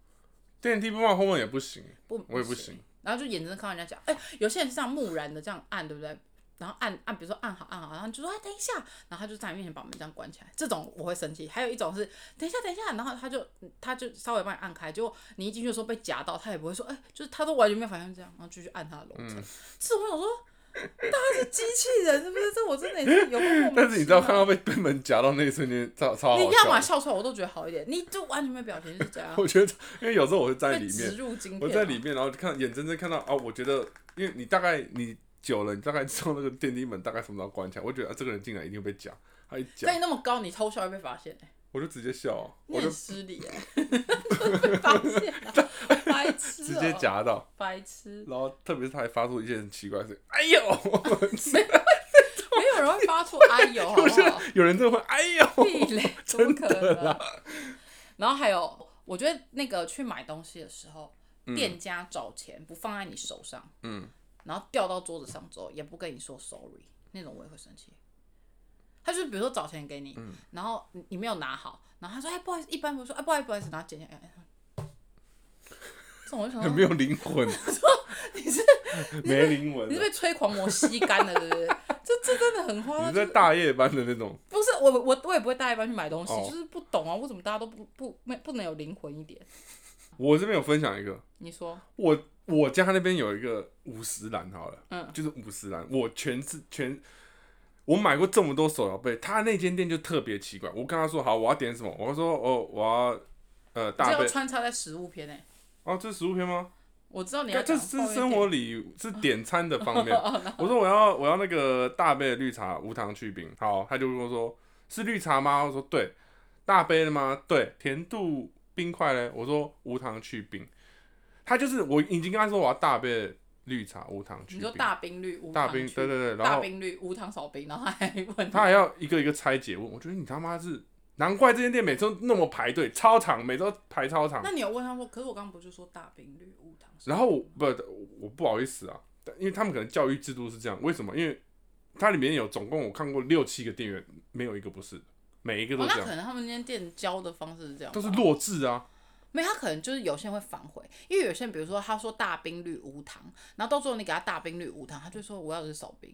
电梯不放后门也不行，
不，
我也不行。
然后就眼睁睁看人家讲，哎、有些人是这样木然的这样按，对不对？然后按按，比如说按好按好，然后你就说哎等一下，然后他就在你面前把门这样关起来，这种我会生气。还有一种是等一下等一下，然后他就他就稍微帮你按开，结果你一进去的时候被夹到，他也不会说哎、就是他都完全没有反应这样，然后继续按他的楼层。
嗯
这我想说，大家是机器人是不是？这我真的也是 有够莫名
但是你知道
其妙
看到被被门夹到那一瞬间，超超
你
好
要么啊
笑。
笑出来，我都觉得好一点，你就完全没表情是这样。
我觉得，因为有时候我会在
被
里面
植，入晶
啊
片、啊
我在里，面，然后就看眼睁睁看到啊，我觉得，因为你大概你久了，你大概知道那个电梯门大概什么时候关起来。我觉得、啊、这个人进来一定会被夹，他一夹
在你那么高，你偷笑会被发现欸
我就直接笑啊，
你
我就
很失礼哎、 被发现了，白痴、哦
直接夹到。
白痴，
然后特别是他还发出一些很奇怪的 声音，哎呦！
没有人会发出哎呦，好
我
不
觉
好
得？有人真的会哎呦，
地 雷，怎么可能？然后还有，我觉得那个去买东西的时候，店家找钱不放在你手上，
嗯，
然后掉到桌子上之后也不跟你说 sorry，那种我也会生气。他就是比如说找钱给你，
嗯
然后你你没有拿好，然后他说哎不好意思，一般不会说哎不好意思不好意思，然后捡起来，哎哎这种我就想
很
说
没有灵魂，
啊 你是
没灵魂啊
你是
的，
被吹狂魔吸干了，对不对？这这真的很
你
夸
是
张，
在大夜班的那种，
不是我我我也不会大夜班去买东西，
哦
就是不懂啊，为什么大家都不不没不能有灵魂一点？
我这边有分享一个，
你说，
我我家那边有一个五十岚好了，
嗯，
就是五十岚，我全是全。我买过这么多手摇杯，他那间店就特别奇怪。我跟他说好，我要点什么？我说哦，我要呃
你这
大
要
杯。
穿插在食物篇诶、
哦，这是食物片吗？
我知道你要
这这
讲
是生活里 是点餐的方
哦
面。我说我要我要那个大杯的绿茶无糖去冰，好，他就跟我说是绿茶吗？我说对，大杯的吗？对，甜度冰块呢？我说无糖去冰，他就是我已经跟他说我要大杯的绿茶无糖去
你
冰，
说大冰绿无
大
糖
冰
去
对对对，然
大
后
冰绿无糖少冰，然后还问
他还要一个一个拆解问，我觉得你他妈是难怪这间店每次都那么排队，超长，每周排超长。
那你有问他说，可是我刚刚不就说大冰绿无糖少冰？
然后我不，我不好意思啊，但因为他们可能教育制度是这样，为什么？因为它里面有总共我看过六七个店员，没有一个不是，每一个都
哦，
这
那
样，
可能他们那间店教的方式是这样吧，
都是弱智啊。
没有，他可能就是有些人会反悔，因为有些人，比如说他说大冰绿无糖，然后到最后你给他大冰绿无糖，他就说我要的是少冰，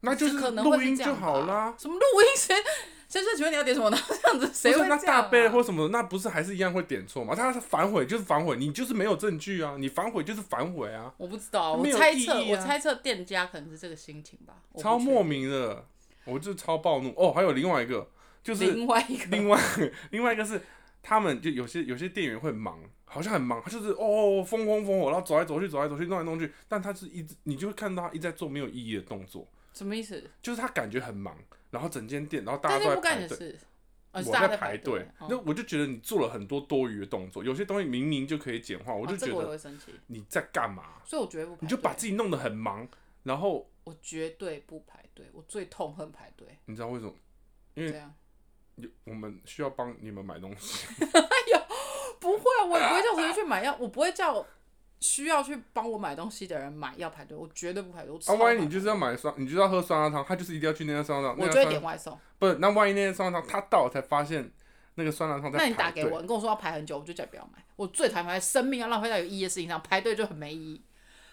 那就是
可能会
录
是
音
这
就
样吧
好啦。
什么录音谁谁说？请问你要点什么呢？ 这样子谁
不
会
是那
这样、啊？
大杯或什么的，那不是还是一样会点错吗？他反悔就是反悔，你就是没有证据啊，你反悔就是反悔啊，
我不知道啊，我
没有
猜
意义
测，
啊
我猜测店家可能是这个心情吧。我不
超
确
莫
定
名的，我就超暴怒哦。还有另外一个就是
另外一个，
另外另外一个是，他们就有些有些店员会忙，好像很忙，他就是哦风风风火，然后走来走去，走来走去，弄来弄去，但他是一直你就会看到他一直在做没有意义的动作，
什么意思？
就是他感觉很忙，然后整间店，然后大家
但
都
是
在
不干你
排
的
队，
事，
我
而是大家
排
队
队，。那
哦
我就觉得你做了很多多余的动作，有些东西明明就可以简化，我就
哦这
觉
个我也
得
会生气，
你在干嘛？
所以我绝对不排队。
你就把自己弄得很忙，然后
我绝对不排队，我最痛恨排队。
你知道为什么？因为
这样
你我们需要帮你们买东西，
不会啊，我也不会叫谁去买药，我不会叫需要去帮我买东西的人买药排队，我绝对不排队。我
啊，
超
万一
排
你就是要买酸，你就是要喝酸辣汤，他就是一定要去那家酸辣汤。
我
那
就
家
会
酸
点外送。
不是，那万一那天酸辣汤他到了才发现那个酸辣汤在
那你打
排
给
队
我，，你跟我说要排很久，我就叫你不要买。我最讨厌排队，生命要浪费在有意义的事情上，排队就很没意义。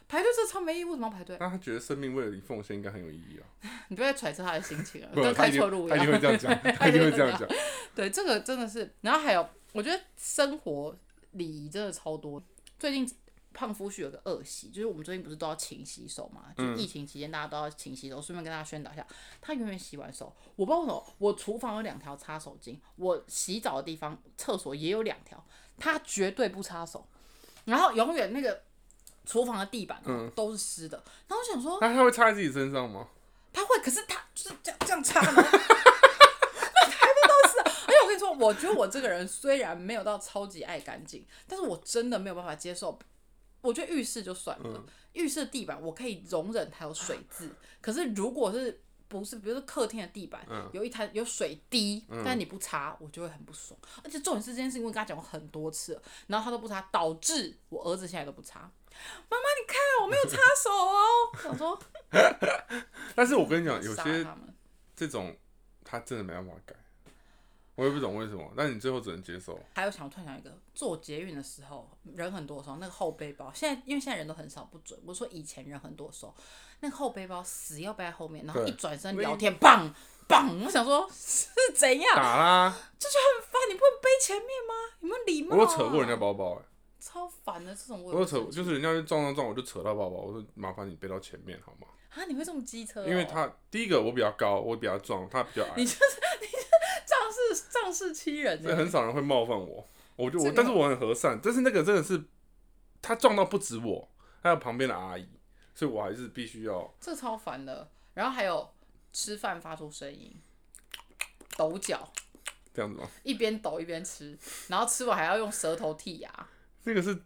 排队这超没意义，为什么要排 队？
那他觉得生命为了你奉献应该很有意义啊。
你不要再揣测他的心情了，
不，
跟
他
呃开
一
错路
定
一
他一定会
样。
这样 讲，他一定会这样讲。
对，这个真的是。然后还有，我觉得生活礼仪真的超多。最近胖夫婿有个恶习，就是我们最近不是都要勤洗手嘛？就疫情期间大家都要勤洗手，顺便跟大家宣导一下，他永远洗完手，我不知道为什么，我厨房有两条擦手巾，我洗澡的地方厕所也有两条，他绝对不擦手，然后永远那个厨房的地板、啊
嗯
都是湿的。然后我想说，
那他会插在自己身上吗？
他会，可是他就是这样这样插，然后那台子都啊是。而且我跟你说，我觉得我这个人虽然没有到超级爱干净，但是我真的没有办法接受。我觉得浴室就算了，
嗯
浴室的地板我可以容忍它有水 渍，可是如果是不是，比如说客厅的地板、
嗯
有一滩有水滴，但你不擦，我就会很不爽。而且重点是这件事情，我跟他讲过很多次了，然后他都不擦，导致我儿子现在都不擦。妈妈，你看我没有擦手哦。我想说，
但是我跟你讲， 有
杀
些
他们
这种他真的没办法改，我也不懂为什么，但你最后只能接受。
还有想突然想一个，坐捷运的时候人很多的时候，那个后背包，现在因为现在人都很少，不准。我说以前人很多的时候，那个后背包死要背在后面，然后
对
一转身
那
聊天，棒棒，我想说是怎样，
打啦！
这就很烦，你不能背前面吗？有没有礼貌、啊
我有扯过人家，包包，哎，
超烦的这种我
我
有
有扯，就是人家就撞撞撞，我就扯到包包，我说麻烦你背到前面好吗？
啊，你会这么机车哦、
因为他第一个我比较高，我比较壮，他比较矮，
你就是你就是仗势仗势欺人
所以
耶，
很少人会冒犯我。我就
这
我，
个
但是我很和善。但是那个真的是，他撞到不止我，还有旁边的阿姨，所以我还是必须要
这超烦的。然后还有吃饭发出声音，抖脚，
这样子吗？
一边抖一边吃，然后吃完还要用舌头剔牙。
那个是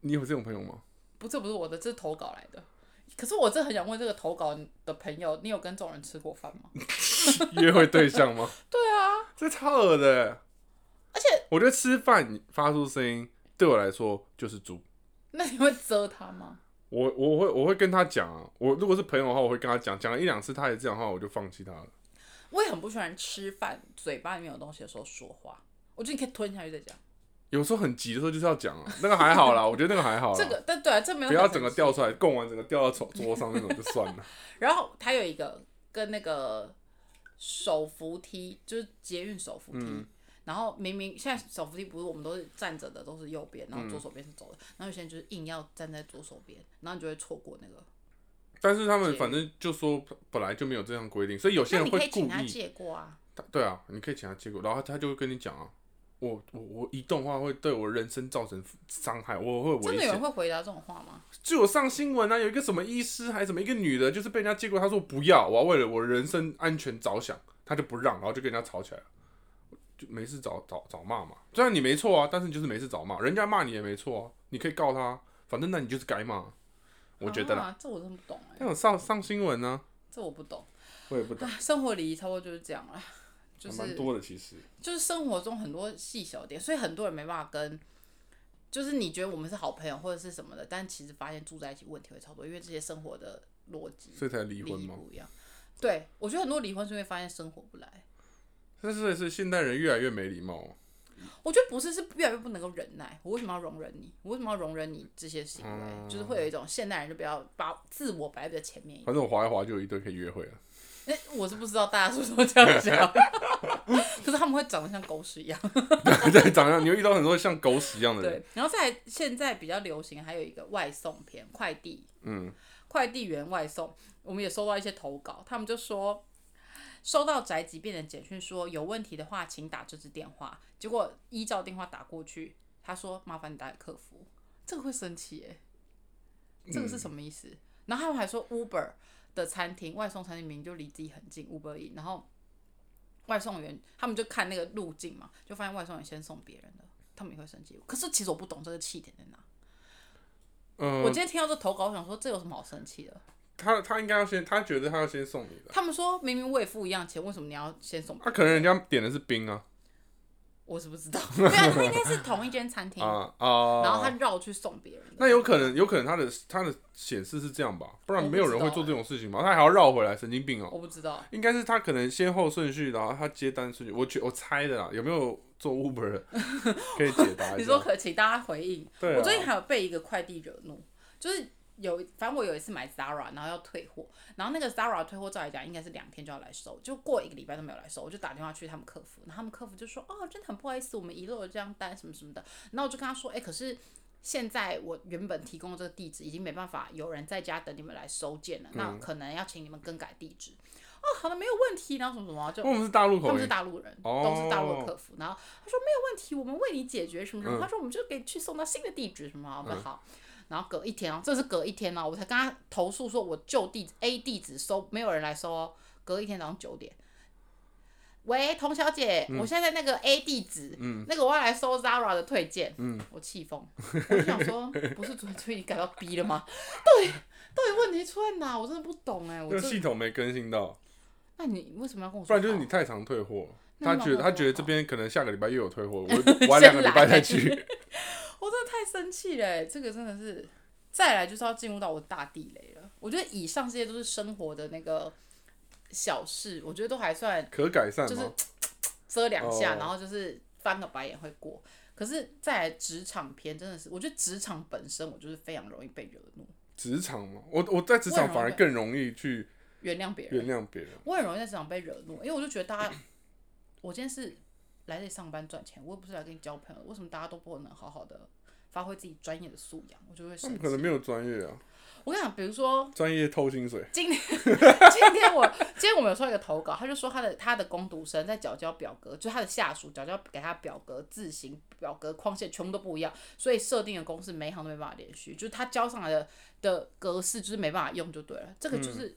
你有这种朋友吗？
不，这不是我的，这是投稿来的。可是我真的很想问这个投稿的朋友，你有跟这种人吃过饭吗？
约会对象吗？对啊，这超恶的。
而且
我觉得吃饭发出声音对我来说就是猪。
那你会蛰他吗？
我我会我会跟他讲啊，我如果是朋友的话，我会跟他讲，讲了一两次他也这样的话，我就放弃他了。
我也很不喜欢吃饭嘴巴里面有东西的时候说话，我觉得你可以吞下去再讲。
有时候很急的时候就是要讲啊，那个还好啦，我觉得那个还好啦。
这个，但对啊，这没有
不要
很
整个
神奇
掉出来，供完整个掉到桌桌上那种就算 了。
然后他有一个跟那个手扶梯，就是捷运手扶梯。
嗯
然后明明现在手扶梯不是我们都是站着的，都是右边，然后左手边是走的，然后有些人就是硬要站在左手边，然后你就会错过那个。
但是他们反正就说本来就没有这样规定，所以有些
那
人
你可
会
以
故
请他
意。
借过啊，
他对啊，你可以请他借过，然后他就会跟你讲啊，我我我移动的话会对我人生造成伤害，我会
真
危
的有人
险。
会回答这种话吗？
就有上新闻啊，有一个什么医师还是什么一个女的，就是被人家借过，她说不要，我要为了我人身安全着想，她就不让，然后就跟人家吵起来了，就没事找找找骂嘛。虽然你没错啊，但是你就是没事找骂，人家骂你也没错啊，你可以告他，反正那你就是该骂，我觉得啦。
啊、这我真不懂哎、
那有上上新闻呢、
这我不懂。
我也不懂，
唉生活礼仪差不多就是这样了，就
还
是
蛮多的其实。
就是生活中很多细小点，所以很多人没办法跟，就是你觉得我们是好朋友或者是什么的，但其实发现住在一起问题会超多，因为这些生活的逻辑
所以才离
利
婚
益
吗？
不一样。对，我觉得很多离婚是因为发现生活不来，
但是是现代人越来越没礼貌哦、
我觉得不是是越来越不能够忍耐。我为什么要容忍你？我为什么要容忍你这些行为？就是会有一种现代人就不要把自我摆在比较前面一点。
反正我滑一滑就有一堆可以约会了。
哎、我是不知道大家是不是都这样想， 可是他们会长得像狗屎一样。
对，长相你会遇到很多像狗屎一样的人。
对，然后再来现在比较流行还有一个外送片，快递，
嗯，
快递员外送，我们也收到一些投稿，他们就说收到宅急便的简讯说有问题的话请打这支电话，结果依照电话打过去，他说麻烦你打给客服，这个会生气耶，这
嗯
个是什么意思？然后他们还说 Uber 的餐厅外送餐厅明明就离自己很近，Uber E，然后。外送员他们就看那个路径嘛，就发现外送员先送别人的，他们也会生气。可是其实我不懂这个气点在哪。
嗯、
我今天听到这投稿，我想说这有什么好生气的？
他他应该要先，他觉得他要先送你的。
他们说明明我也付一样钱，为什么你要 先送？
啊，可能人家点的是冰啊
我是不知道，对啊，他应该是同一间餐 厅，
啊啊！
然后他绕去送别人的。
那有可能，有可能他的他的显示是这样吧，不然
我不
没有人会
知道
做这种事情吧？他还要绕回来，神经病哦、
我不知道，
应该是他可能先后顺序，然后他接单顺序，我觉我猜的啦，有没有做 Uber 的可以解答一下？
你说可，请大家回应。
对啊
我最近还有被一个快递惹怒，就是有，反正我有一次买 Zara，然后要退货，然后那个 Zara 退货照理讲应该是两天就要来收，就过一个礼拜都没有来收，我就打电话去他们客服，然后他们客服就说，哦，真的很不好意思，我们遗漏了这张单什么什么的，然后我就跟他说，哎、可是。现在我原本提供的这个地址已经没办法有人在家等你们来收件了，
嗯
那可能要请你们更改地址。哦，好的，没有问题，然后什么什么就
我们是大陆口
他们是
音，
大陆人，
哦
都是大陆的客服。然后他说没有问题，我们为你解决什么什
嗯
么。他说我们就给你去送到新的地址什么好不好？然后隔一天哦，这是隔一天哦，我才跟他投诉说我旧地址 A 地址收没有人来收哦，隔一天早上九点。喂，童小姐，
嗯
我现在在那个 A 地址，那个我要来收 Zara 的推荐，
嗯
我气疯，我就想说，不是昨天就已经改到 B 了吗？ 到底到底问题出在哪？我真的不懂哎、我
那
真
系
的，
统没更新到。
那你为什么要跟我说
不
好？
然就是你太常退货，他
那你
觉得
老婆
他
多
觉得这
好
边可能下个礼拜又有退 货，我晚两个礼拜再去。
我真的太生气了欸，这个真的是，再来就是要进入到我的大地雷了。我觉得以上这些都是生活的那个小事，我觉得都还算
可改善
就是
吗？
遮两下，
哦
然后就是翻个白眼会过。可是再来职场篇真的是，我觉得职场本身我就是非常容易被惹怒，
职场嘛，我我在职场反而更容易去
原谅别人，
原谅别人。
我很容易在职场被惹怒，因为我就觉得大家，我今天是来这里上班赚钱，我又不是来跟你交朋友的，为什么大家都不能好好的发挥自己专业的素养？我就会
他
生
们
气。
可能没有专业啊，
我跟你讲，比如说
专业偷薪水，
今天 今天我今天我们有收到一个投稿，他就说他的他的工读生在缴交表格，就他的下属缴交给他表格字形表格框线全部都不一样，所以设定的公式每一行都没办法连续，就是他交上来的的格式就是没办法用就对了，这个就是。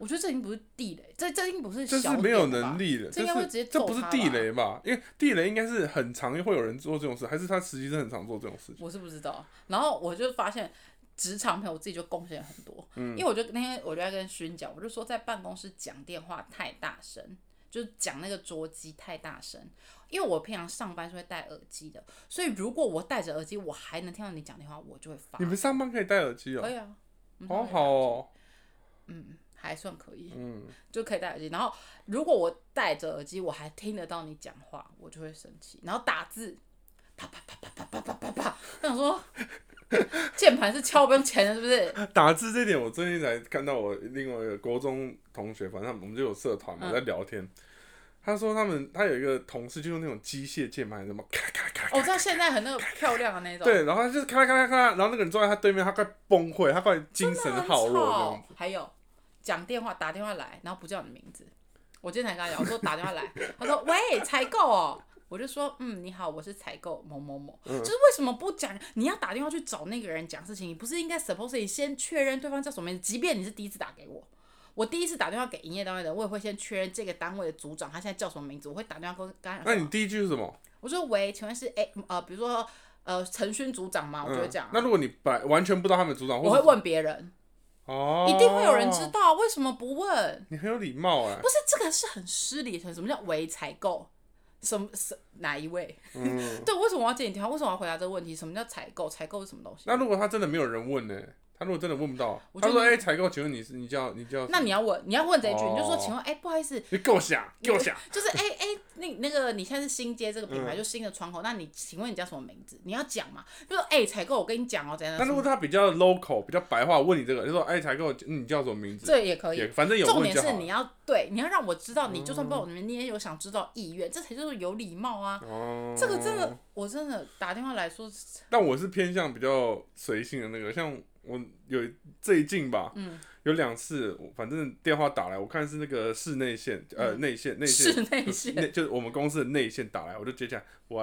我觉得这已经不是地雷，这这已经不是
嗯这
小
是没有
点了吧
能力的，这
这应该会
是
直接
这
揍
不是
他
地
吧
雷吧？因为地雷应该是很常会有人做这种事，还是他实习生很常做这种事情？
我是不知道。然后我就发现职场朋友自己就贡献很多，因为我就那天我就在跟勋讲，我就说在办公室讲电话太大声。就是讲那个桌机太大声，因为我平常上班是会戴耳机的，所以如果我戴着耳机，我还能听到你讲电话，我就会发
你。们上班可以戴耳机哦、
可以啊，我们
好
上班
好哦、
嗯，还算可以，
嗯，
就可以戴耳机。然后如果我戴着耳机，我还听得到你讲话，我就会生气。然后打字，啪啪啪啪啪啪啪啪啪，我想说 键盘是敲不用钱的，是不哦是？
打字这点，我最近才看到我另外一个国中同学，反正我们就有社团嘛，
嗯
在聊天。他说他们他有一个同事就用那种机械键盘，什么咔咔咔咔
哦我知道现在很那个漂亮的那种，，
对，然后他就是咔啦咔啦咔啦，然后那个人坐在他对面，他快崩溃，他快精神耗弱这样
吵
子。。
还有讲电话打电话来，然后不叫你名字。我今天才跟他聊，我说打电话来，他说喂采购哦。我就说，嗯，你好，我是采购某某某。
嗯
就是为什么不讲？你要打电话去找那个人讲事情，你不是应该 suppose 你先确认对方叫什么名字？即便你是第一次打给我，我第一次打电话给营业单位的，我也会先确认这个单位的组长他现在叫什么名字，我会打电话跟跟他讲
那
说。
你第一句是什么？
我说喂，请问是哎呃，比如说呃陈勋组长吗？我就会
嗯
讲、啊
那如果你把完全不知道他们组长，
我
或
会
者
问别人，
哦，
一定会有人知。道，为什么不问？
你很有礼貌 哎、
不是这个是很失礼的，什么叫伪采购？什么什哪一位？
嗯，
对，为什么我要接你电话？为什么我要回答这个问题？什么叫采购？采购是什么东西？
那如果他真的没有人问呢、他如果真的问不到，
我
他
觉得
说：“
你
哎、采购，请问你是你叫你叫什么？”
那你要问，你要问这一句，
哦
你就说，请问，哎、不好意思，
你给我想，给我想。
就是哎哎、那那个你现在是新接这个品牌，
嗯
就新的窗口，那你请问你叫什么名字？你要讲嘛？就说，哎、采购，我跟你讲哦、怎样？
那如果
怎样
他比较 local，比较白话，问你这个，就说：“哎、采购，你叫什么名字
这也可？”以
也，反正有
重
问
点
就是好
你
了。嗯
要对，你要让我知道，你就算不知道我们，你也有想知道意愿，这才就是有礼貌啊。
哦，
这个真的，我真的打电话来说，
但我是偏向比较随性的那个，像我有最近吧，
嗯，
有两次，我反正电话打来，我看是那个室内线，呃，
嗯
内线，内线，
室内
就是
线，
内就是我们公司的内线打来，我就接起来，喂，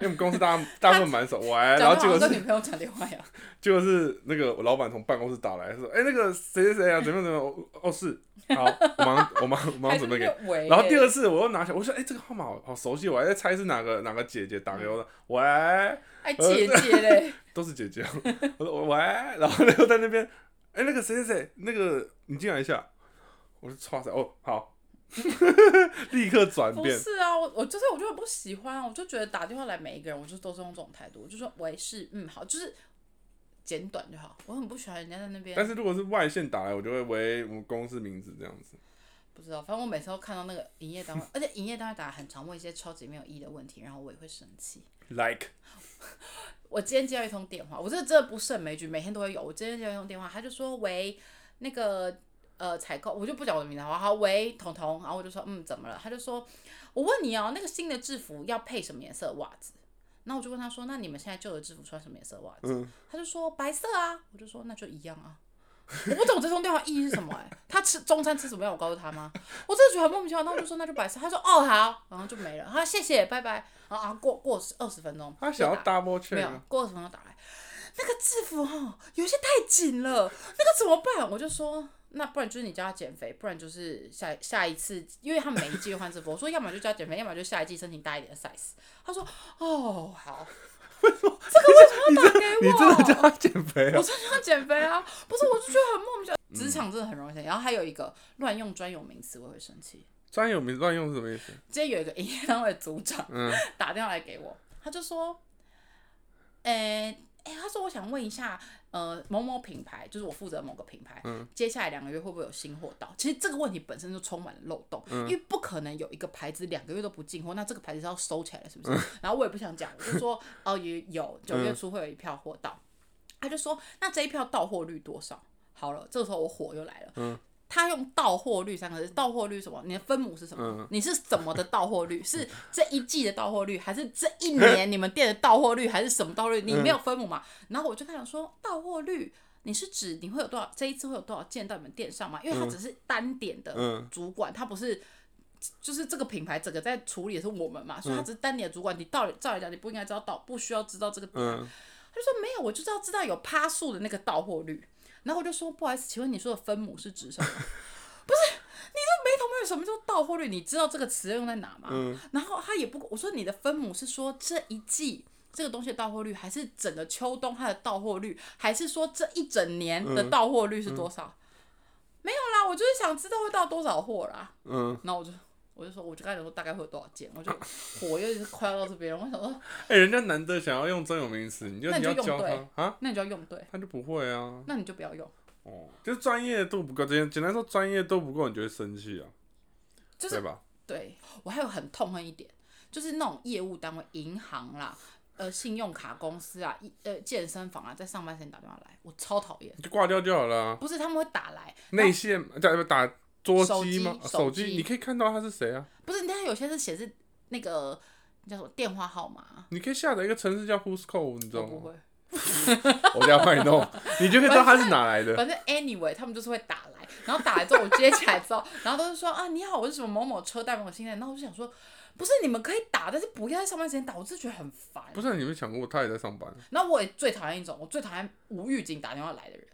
因为我们公司大 家大部分蛮熟，喂， 然
讲
后
得
结
好
果是
像跟女朋友讲电话 呀，
结果是那个我老板从办公室打来，说，哎、那个谁谁谁啊，怎么样怎么样，哦哦是，好，我马上我马上我马上准备给你。
给
然后第二次我又拿起来，我说：“哎、这个号码好好熟悉，我还在猜是哪个哪个姐姐打给我的。喂，
哎姐
呃
姐 嘞，
都是姐 姐。我说喂，然后又在那边，哎、那个谁谁谁，那个你进来一下。我说唰塞，哦，好， 立刻转
不
变。
是啊，我我就是我就很不喜欢啊，我就觉得打电话来每一个人，我就都是用这种态度，我就说喂是嗯好，就是简短就好，我很不喜欢人家在那边
但，是如果是外线打来，我就会喂我们公司名字这样子。
不知道，反正我每次都看到那个营业单位，而且营业单位打得很常问一些超级没有意义的问题，然后我也会生气。
Like，
我今天接到一通电话，我这真的不胜枚举，每天都会有。我今天接到一通电话，他就说喂，那个呃采购，我就不讲我的名字好不好，好喂彤彤，然后我就说嗯怎么了？他就说我问你哦，那个新的制服要配什么颜色的袜子？那我就问他说，那你们现在旧的制服穿什么颜色的袜子？
嗯，
他就说白色啊，我就说那就一样啊。我不懂这通电话意义是什么哎、 他吃中餐吃什么样？我告诉他吗？我真的觉得很莫名其妙。那我就说那就白色，他说哦好，然后就没了。他说谢谢，拜拜。然后啊过过二十分钟，
他想
又
要
打
double
没
check，
有
啊，
过了什么时候打来，那个制服哈有些太紧了，那个怎么办？我就说。那不然就是你叫他减肥，不然就是下下一次，因为他每一季都换制服，我说要么就叫他减肥，要么就下一季申请大一点的 size。他说哦好，为什么这个
你
为什么
真
要打
的
给
叫
我？
他减肥啊
我？说要减肥啊，不是，我就觉得很莫名其妙。
嗯
职场真的很容易生气，然后还有一个乱用专有名词，我也会生气。
专有名乱用是什么意思？
今天有一个营业单位的组长，
嗯
打电话来给我，他就说，诶、诶、他说我想问一下，呃，某某品牌，就是我负责某个品牌，接下来两个月会不会有新货到？其实这个问题本身就充满了漏洞，因为不可能有一个牌子两个月都不进货，那这个牌子是要收起来了，是不是？然后我也不想讲，我就说，哦，也有九月初会有一票货到，他就说，那这一票到货率多少？好了，这个时候我火又来了，他用到货率三个字，到货率什么？你的分母是什么？你是怎么的到货率？是这一季的到货率，还是这一年你们店的到货率，还是什么到货率？你没有分母嘛？然后我就开始说到货率。你是指你会有多少这一次会有多少件到你们店上吗？因为他只是单点的
嗯
主管，他不是就是这个品牌整个在处理的是我们嘛，所以他只是单点的主管。你到底照理讲你不应该知道到不需要知道这个点啊，
嗯
他就说没有，我就是要知道有趴数的那个到货率。然后我就说不好意思，请问你说的分母是指什么？不是， 你这没头没尾，什么叫到货率？你知道这个词用在哪吗？
嗯
然后他也不，我说你的分母是说这一季这个东西的到货率，还是整个秋冬它的到货率，还是说这一整年的到货率是多少？没有啦，我就是想知道会到多少货啦。
嗯，
然后我就我就说，我就跟他讲说大概会有多少件，我就火又是快要到这边了，我想说，
哎、人家难得想要用专有名词，你就
那
你
你就
要教
用对
他啊，
那你就要用对，
他就不会啊。
那你就不要用。
哦，就是专业度不够，简简单说专业度不够，你就会生气啊，
就是
对吧？
对我还有很痛恨一点，就是那种业务单位、银行啦。呃，信用卡公司啊，一呃，健身房啊，在上班时间打电话来，我超讨厌。
你就挂掉就好了啊、
不是他们会打来，
内线打打桌机吗？啊
手机手
手
机
机你可以看到他是谁啊？
不是，你看有些是显示那个那叫什么电话号码，
你可以下载一个程式叫 Who's Call，你知
我
道
不
吗？
会。
我等一下帮你 弄，你就可以知道他是哪来的。
反正 anyway，他们就是会打来，然后打来之后我接起来之后， 然后都是说啊你好，我是什么某某车贷某某信贷，然后我就想说，不是你们可以打，但是不要在上班时间打，我真的觉得很烦。
不是你们想过他也在上班，
然后我也最讨厌一种，我最讨厌无预警打电话来的人。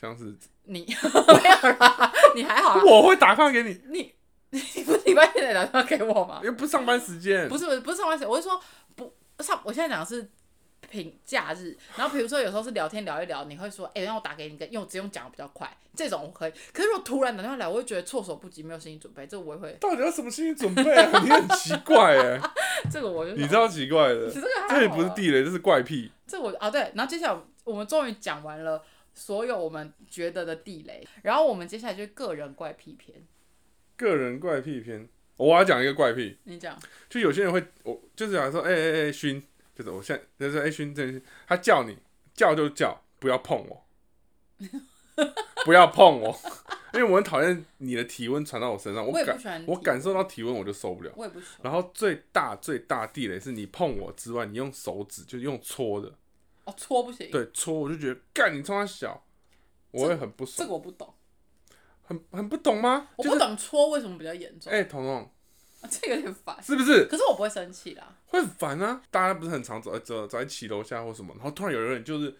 像是
你 没有啦，你还好啦，
我会打电话给你，
你你不是礼拜天才打电话给我吗？
又不是上班时间，
不是不是不是上班时间，我是说不上，我现在讲的是平假日。然后比如说有时候是聊天聊一聊，你会说，哎、让我打给你个，因为我只用讲得比较快，这种我可以。可是如果突然打电话来，我会觉得措手不及，没有心理准备，这我也会，
到底要什么心理准备啊？你很奇怪哎，
这个我就
你知道奇怪的
其实，这个还好
这也不是
啊
地雷，这是怪癖。
这我啊对，然后接下来我们终于讲完了所有我们觉得的地雷，然后我们接下来就是个人怪癖篇，
个人怪癖篇，我要讲一个怪癖，
你讲，
就有些人会，我就是想说，哎哎哎，勋，就是我现在就是哎勋，这他叫你叫就叫，不要碰 我，不要碰我， 因为我很讨厌你的体温传到我身上，我
我也不
感
喜欢，
我，感受到体温我就受不了。
我也不喜欢，
然后最大最大地雷是你碰我之外，你用手指就用搓的，
哦搓不行，
对，搓我就觉得干你冲他小，我会很不
这
爽，
个我不懂，
很很不懂吗？
我
就
不
是
懂搓为什么比较严重，
哎，彤彤
啊这有点烦。
是不是
可是我不会生气啦，
会很烦啊？大家不是很常走走走在骑楼下或什么，然后突然有人就是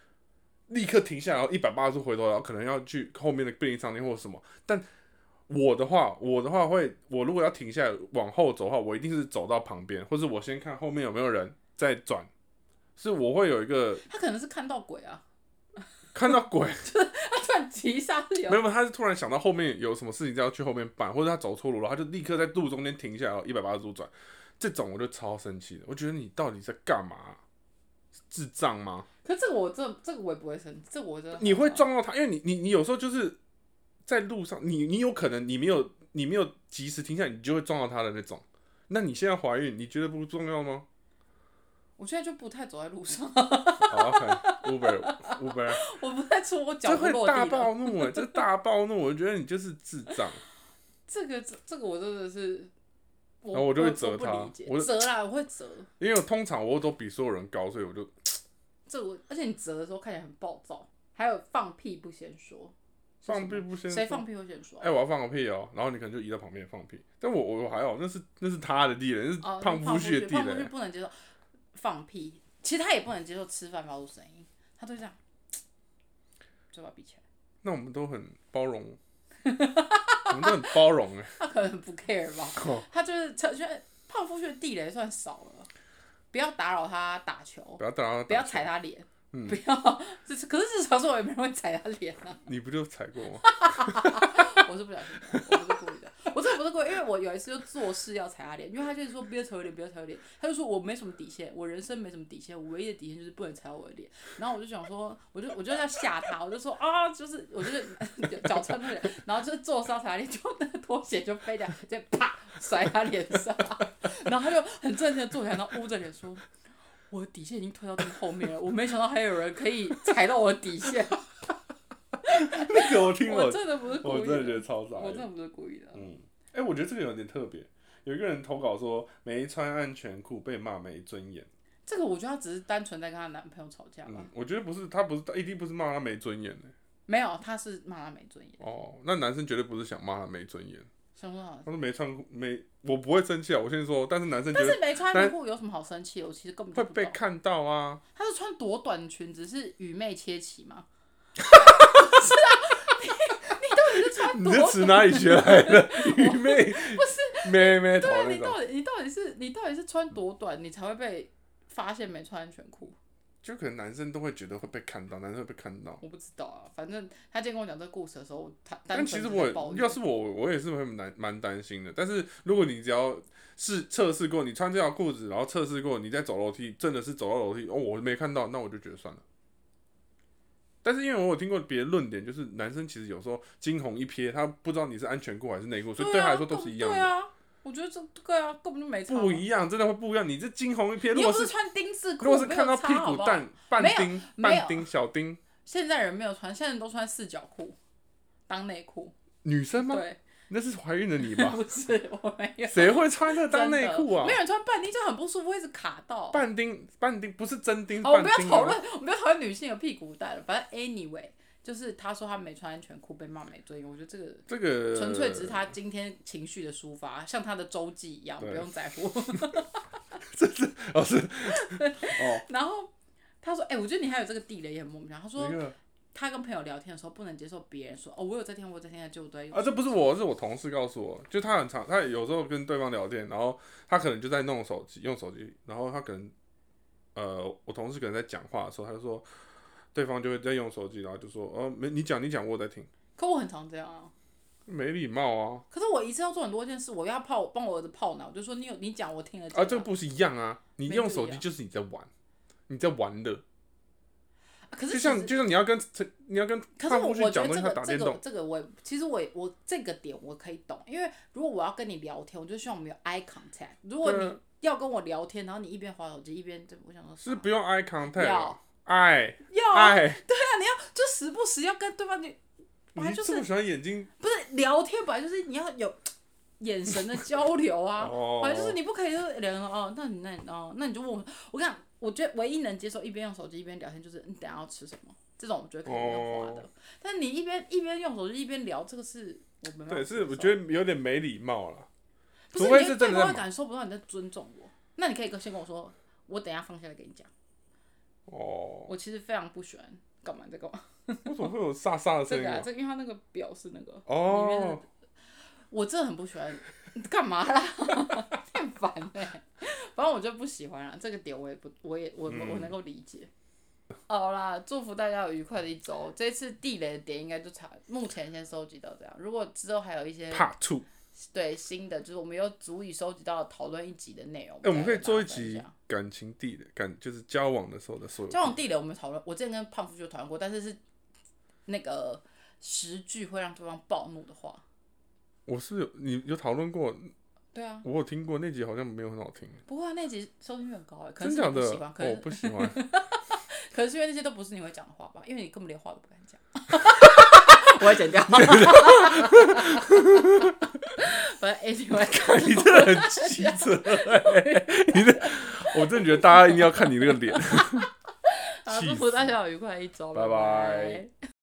立刻停下来，然后一百八十度回头，然后可能要去后面的便利商店或什么，但。我的话，我的话会，我如果要停下来往后走的话，我一定是走到旁边，或是我先看后面有没有人再转，是我会有一个
他可能是看到鬼啊，
看到 鬼，
他突然急刹是有
没有，没有他是突然想到后面有什么事情要去后面办，或者他走错路了，他就立刻在路中间停下来，一百八十度转。这种我就超生气的，我觉得你到底在干嘛、是智障吗？
可是这个我真的这个我也不会生，这个我真的
你会撞到他，因为你你你有时候就是在路上，你你有可能你没有你没有及时停下来，你就会撞到他的那种。那你现在怀孕，你觉得不重要吗？
我现在就不太走在路上，
好，OK，Uber Uber，
我不太出，我脚
这
不
会
落
大
地了。
暴怒哎、这大暴怒，我觉得你就是智障。
这个这这个我真的是，我
然后我就会折
我不
它
理解
我
折啦，我会折。
因为我通常我都比所有人高，所以我就
这我而且你折的时候看起来很暴躁，还有放屁不先说，是
放
什
屁
么
不先
谁
说
放屁会先说
哎、？我要放个屁哦，然后你可能就移到旁边放屁。但我我我还好，那是那是他的地雷，那是
哦，
胖
夫
夫婿的地
胖夫
雷啊
婿。不能接受放屁，其实他也不能接受吃饭发出声音，他都这样，嘴巴闭起来，
那我们都很包 容，我们都很包容哎。
他可能不 care 吧。
哦
他就是他觉得胖夫婿的地雷算少了，不要打扰他打球
不，要打扰他，
不要踩他脸，
嗯
不要， 就是可是日常生活也没人会踩他脸啊。
你不就踩 过吗？
我是不小心的，我不是故意的，我真的不是故意，因为我有一次就做事要踩他脸，因为他就是说不要踩我脸，不要踩我脸，他就说我没什么底线，我人生没什么底线，我唯一的底线就是不能踩我的脸。然后我就想说，我就我就要吓他，我就说啊，就是我就是脚穿出去，然后就是做事要踩他脸，就那个拖鞋就飞掉，直接啪甩他脸上，然后他就很正经的坐起来，然后捂着脸说。我的底线已经推到这么后面了，我没想到还有人可以踩到我的底线。
那个我听
我
我，
真的不是故
我
意
真的觉
的
得，超傻
我
眼。
真的不是故意的。
嗯，哎、我觉得这个有点特别。有一个人投稿说，没穿安全裤被骂没尊严。
这个我觉得她只是单纯在跟她男朋友吵架吧。
嗯嗯，我觉得不是，他不是，一定不是骂他没尊严的、
没有，他是骂他没尊严。
哦，那男生绝对不是想骂他没尊严，
想说好，
他说没穿裤没，我不会生气啊。我先说，但是男生觉
但
得
是没穿
但
内裤有什么好生气的？我其实根本
会
就不
被
懂。
看到啊。
他是穿多短的裙子，是愚昧切 齐吗？
你
是啊，你你到底是穿多
这词哪里学来的？愚昧不是 妹妹头
对啊，
那
你
种，
到底你到底是你到底是穿多短，你才会被发现没穿安全裤？
就可能男生都会觉得会被看到，男生会被看到。
我不知道啊，反正他今天跟我讲这个故事的时候，我他
但
单
其
纯
实
只是
我
抱
要
怨
是我，我也是会蛮蛮担心的。但是如果你只要是测试过，你穿这条裤子，然后测试过，你再走楼梯，真的是走到楼梯，哦，我没看到，那我就觉得算了。但是因为我有听过别的论点，就是男生其实有时候惊鸿一瞥，他不知道你是安全裤还是内裤，所以
对
他
啊
来说都是一样
对
的，
啊，我觉得这对啊，根本就没差啊。
不一样，真的会不一样。你这惊鸿一瞥，
你
欸如
又
果
不
是
穿丁字裤，
如果是
没有
看到
差
屁
好
股
不好
蛋半
没有
丁、
没有
半丁、小丁，
现在人没有穿，现在人都穿四角裤当内裤。
女生吗？
对，
那是怀孕的你吧？
不是我没有
谁会穿这当
真
内
的
裤啊
没？有人穿半丁就很不舒服，会一直卡到。
半丁半丁不是真丁，
好，哦我
半
们不要
丁
讨
啊
论，我们不要讨论女性有屁股蛋了。反正 anyway，就是他说他没穿安全裤被骂没尊严，我觉得这个
这个
纯粹只是他今天情绪的抒发，像他的周记一样，不
对
用在 乎。
哦是哦
然后他说：“哎、我觉得你还有这个地雷也很莫名其妙。”他
那
说
个
他跟朋友聊天的时候不能接受别人说：“哦，我有在听，我有在听。”就对，
啊这不是我，是我同事告诉我，就他很常他有时候跟对方聊天，然后他可能就在弄手机用手机，然后他可能呃我同事可能在讲话的时候，他就说对方就会在用手机，然后就说哦没你讲你讲我有在听，
可我很常这样啊。
没礼貌啊
可是我一次要做很多件事，我要泡我帮我儿子泡奶，我就说你有你讲我听了
啊这个不是一样啊，你
没
用
不一
手机
样
就是你在玩，你在玩的，
啊可是
就
其
像
实
就像你要跟陈你要跟
可是
胖
我
虎
我
去
觉
讲
得
东西，
这
他
个
打
这
电
个
动，
这个我也其实我也我这个点我可以懂，因为如果我要跟你聊天，我就希望我们有 eye contact。如果
对
你
啊
要跟我聊天，然后你一边划手机一边这，我想说
是
啥
不用 eye contact，
要
啊爱
要啊
爱。
就时不时要跟对方你本来
你
哎就
这
是
么喜欢眼睛
不是聊天，本来就是你要有眼神的交流啊。
哦
反正就是你不可以就是两个人哦，那你那你哦，那你就问我，我跟你讲，我觉得唯一能接受一边用手机一边聊天，就是你等一下要吃什么，这种我觉得可以不用划的。
哦
但你一边一边用手机一边聊，这个是我没办法
对，
接
是我
受
觉得有点没礼貌了。
不是，
除非
你
是
对
真的在
方会
忙
感受不到你在尊重我，那你可以跟先跟我说，我等一下放下来跟你讲。
哦，
我其实非常不喜欢干嘛你在干嘛
为什么会有沙沙的声
这
音
个啊，
啊？
这个因为他那个表是那个，里面
哦
是，我真的很不喜欢，你干嘛啦？ 太烦哎、反正我就不喜欢啦，这个点我也不，我也
嗯
我我我能够理解。好啦，祝福大家有愉快的一周。这次地雷的点应该就差，目前先收集到这样。如果之后还有一些
怕吐。
对新的，就是我们又足以收集到讨论一集的内容。
哎，我们可以
再
做一
跟大家分
集
享
感情地的感，就是交往的时候的所有
交往地雷我们讨论，我之前跟胖夫就讨论过，但是是那个十句会让对方暴怒的话。
我是有你有讨论过，
对啊，
我有听过那集，好像没有很好听。
不过、啊、那集收听率很高哎、可能
真
是
假
你不
的
喜欢，？可
哦我
能
不喜欢。
可能是因为那些都不是你会讲的话吧，因为你根本连话都不敢讲。 我会剪 掉。反正 anyway，
你真的很机车 欸，你这，我真的觉得大家一定要看你那个脸。
好，
气
祝
死
福大家有愉快的一周，
拜拜
拜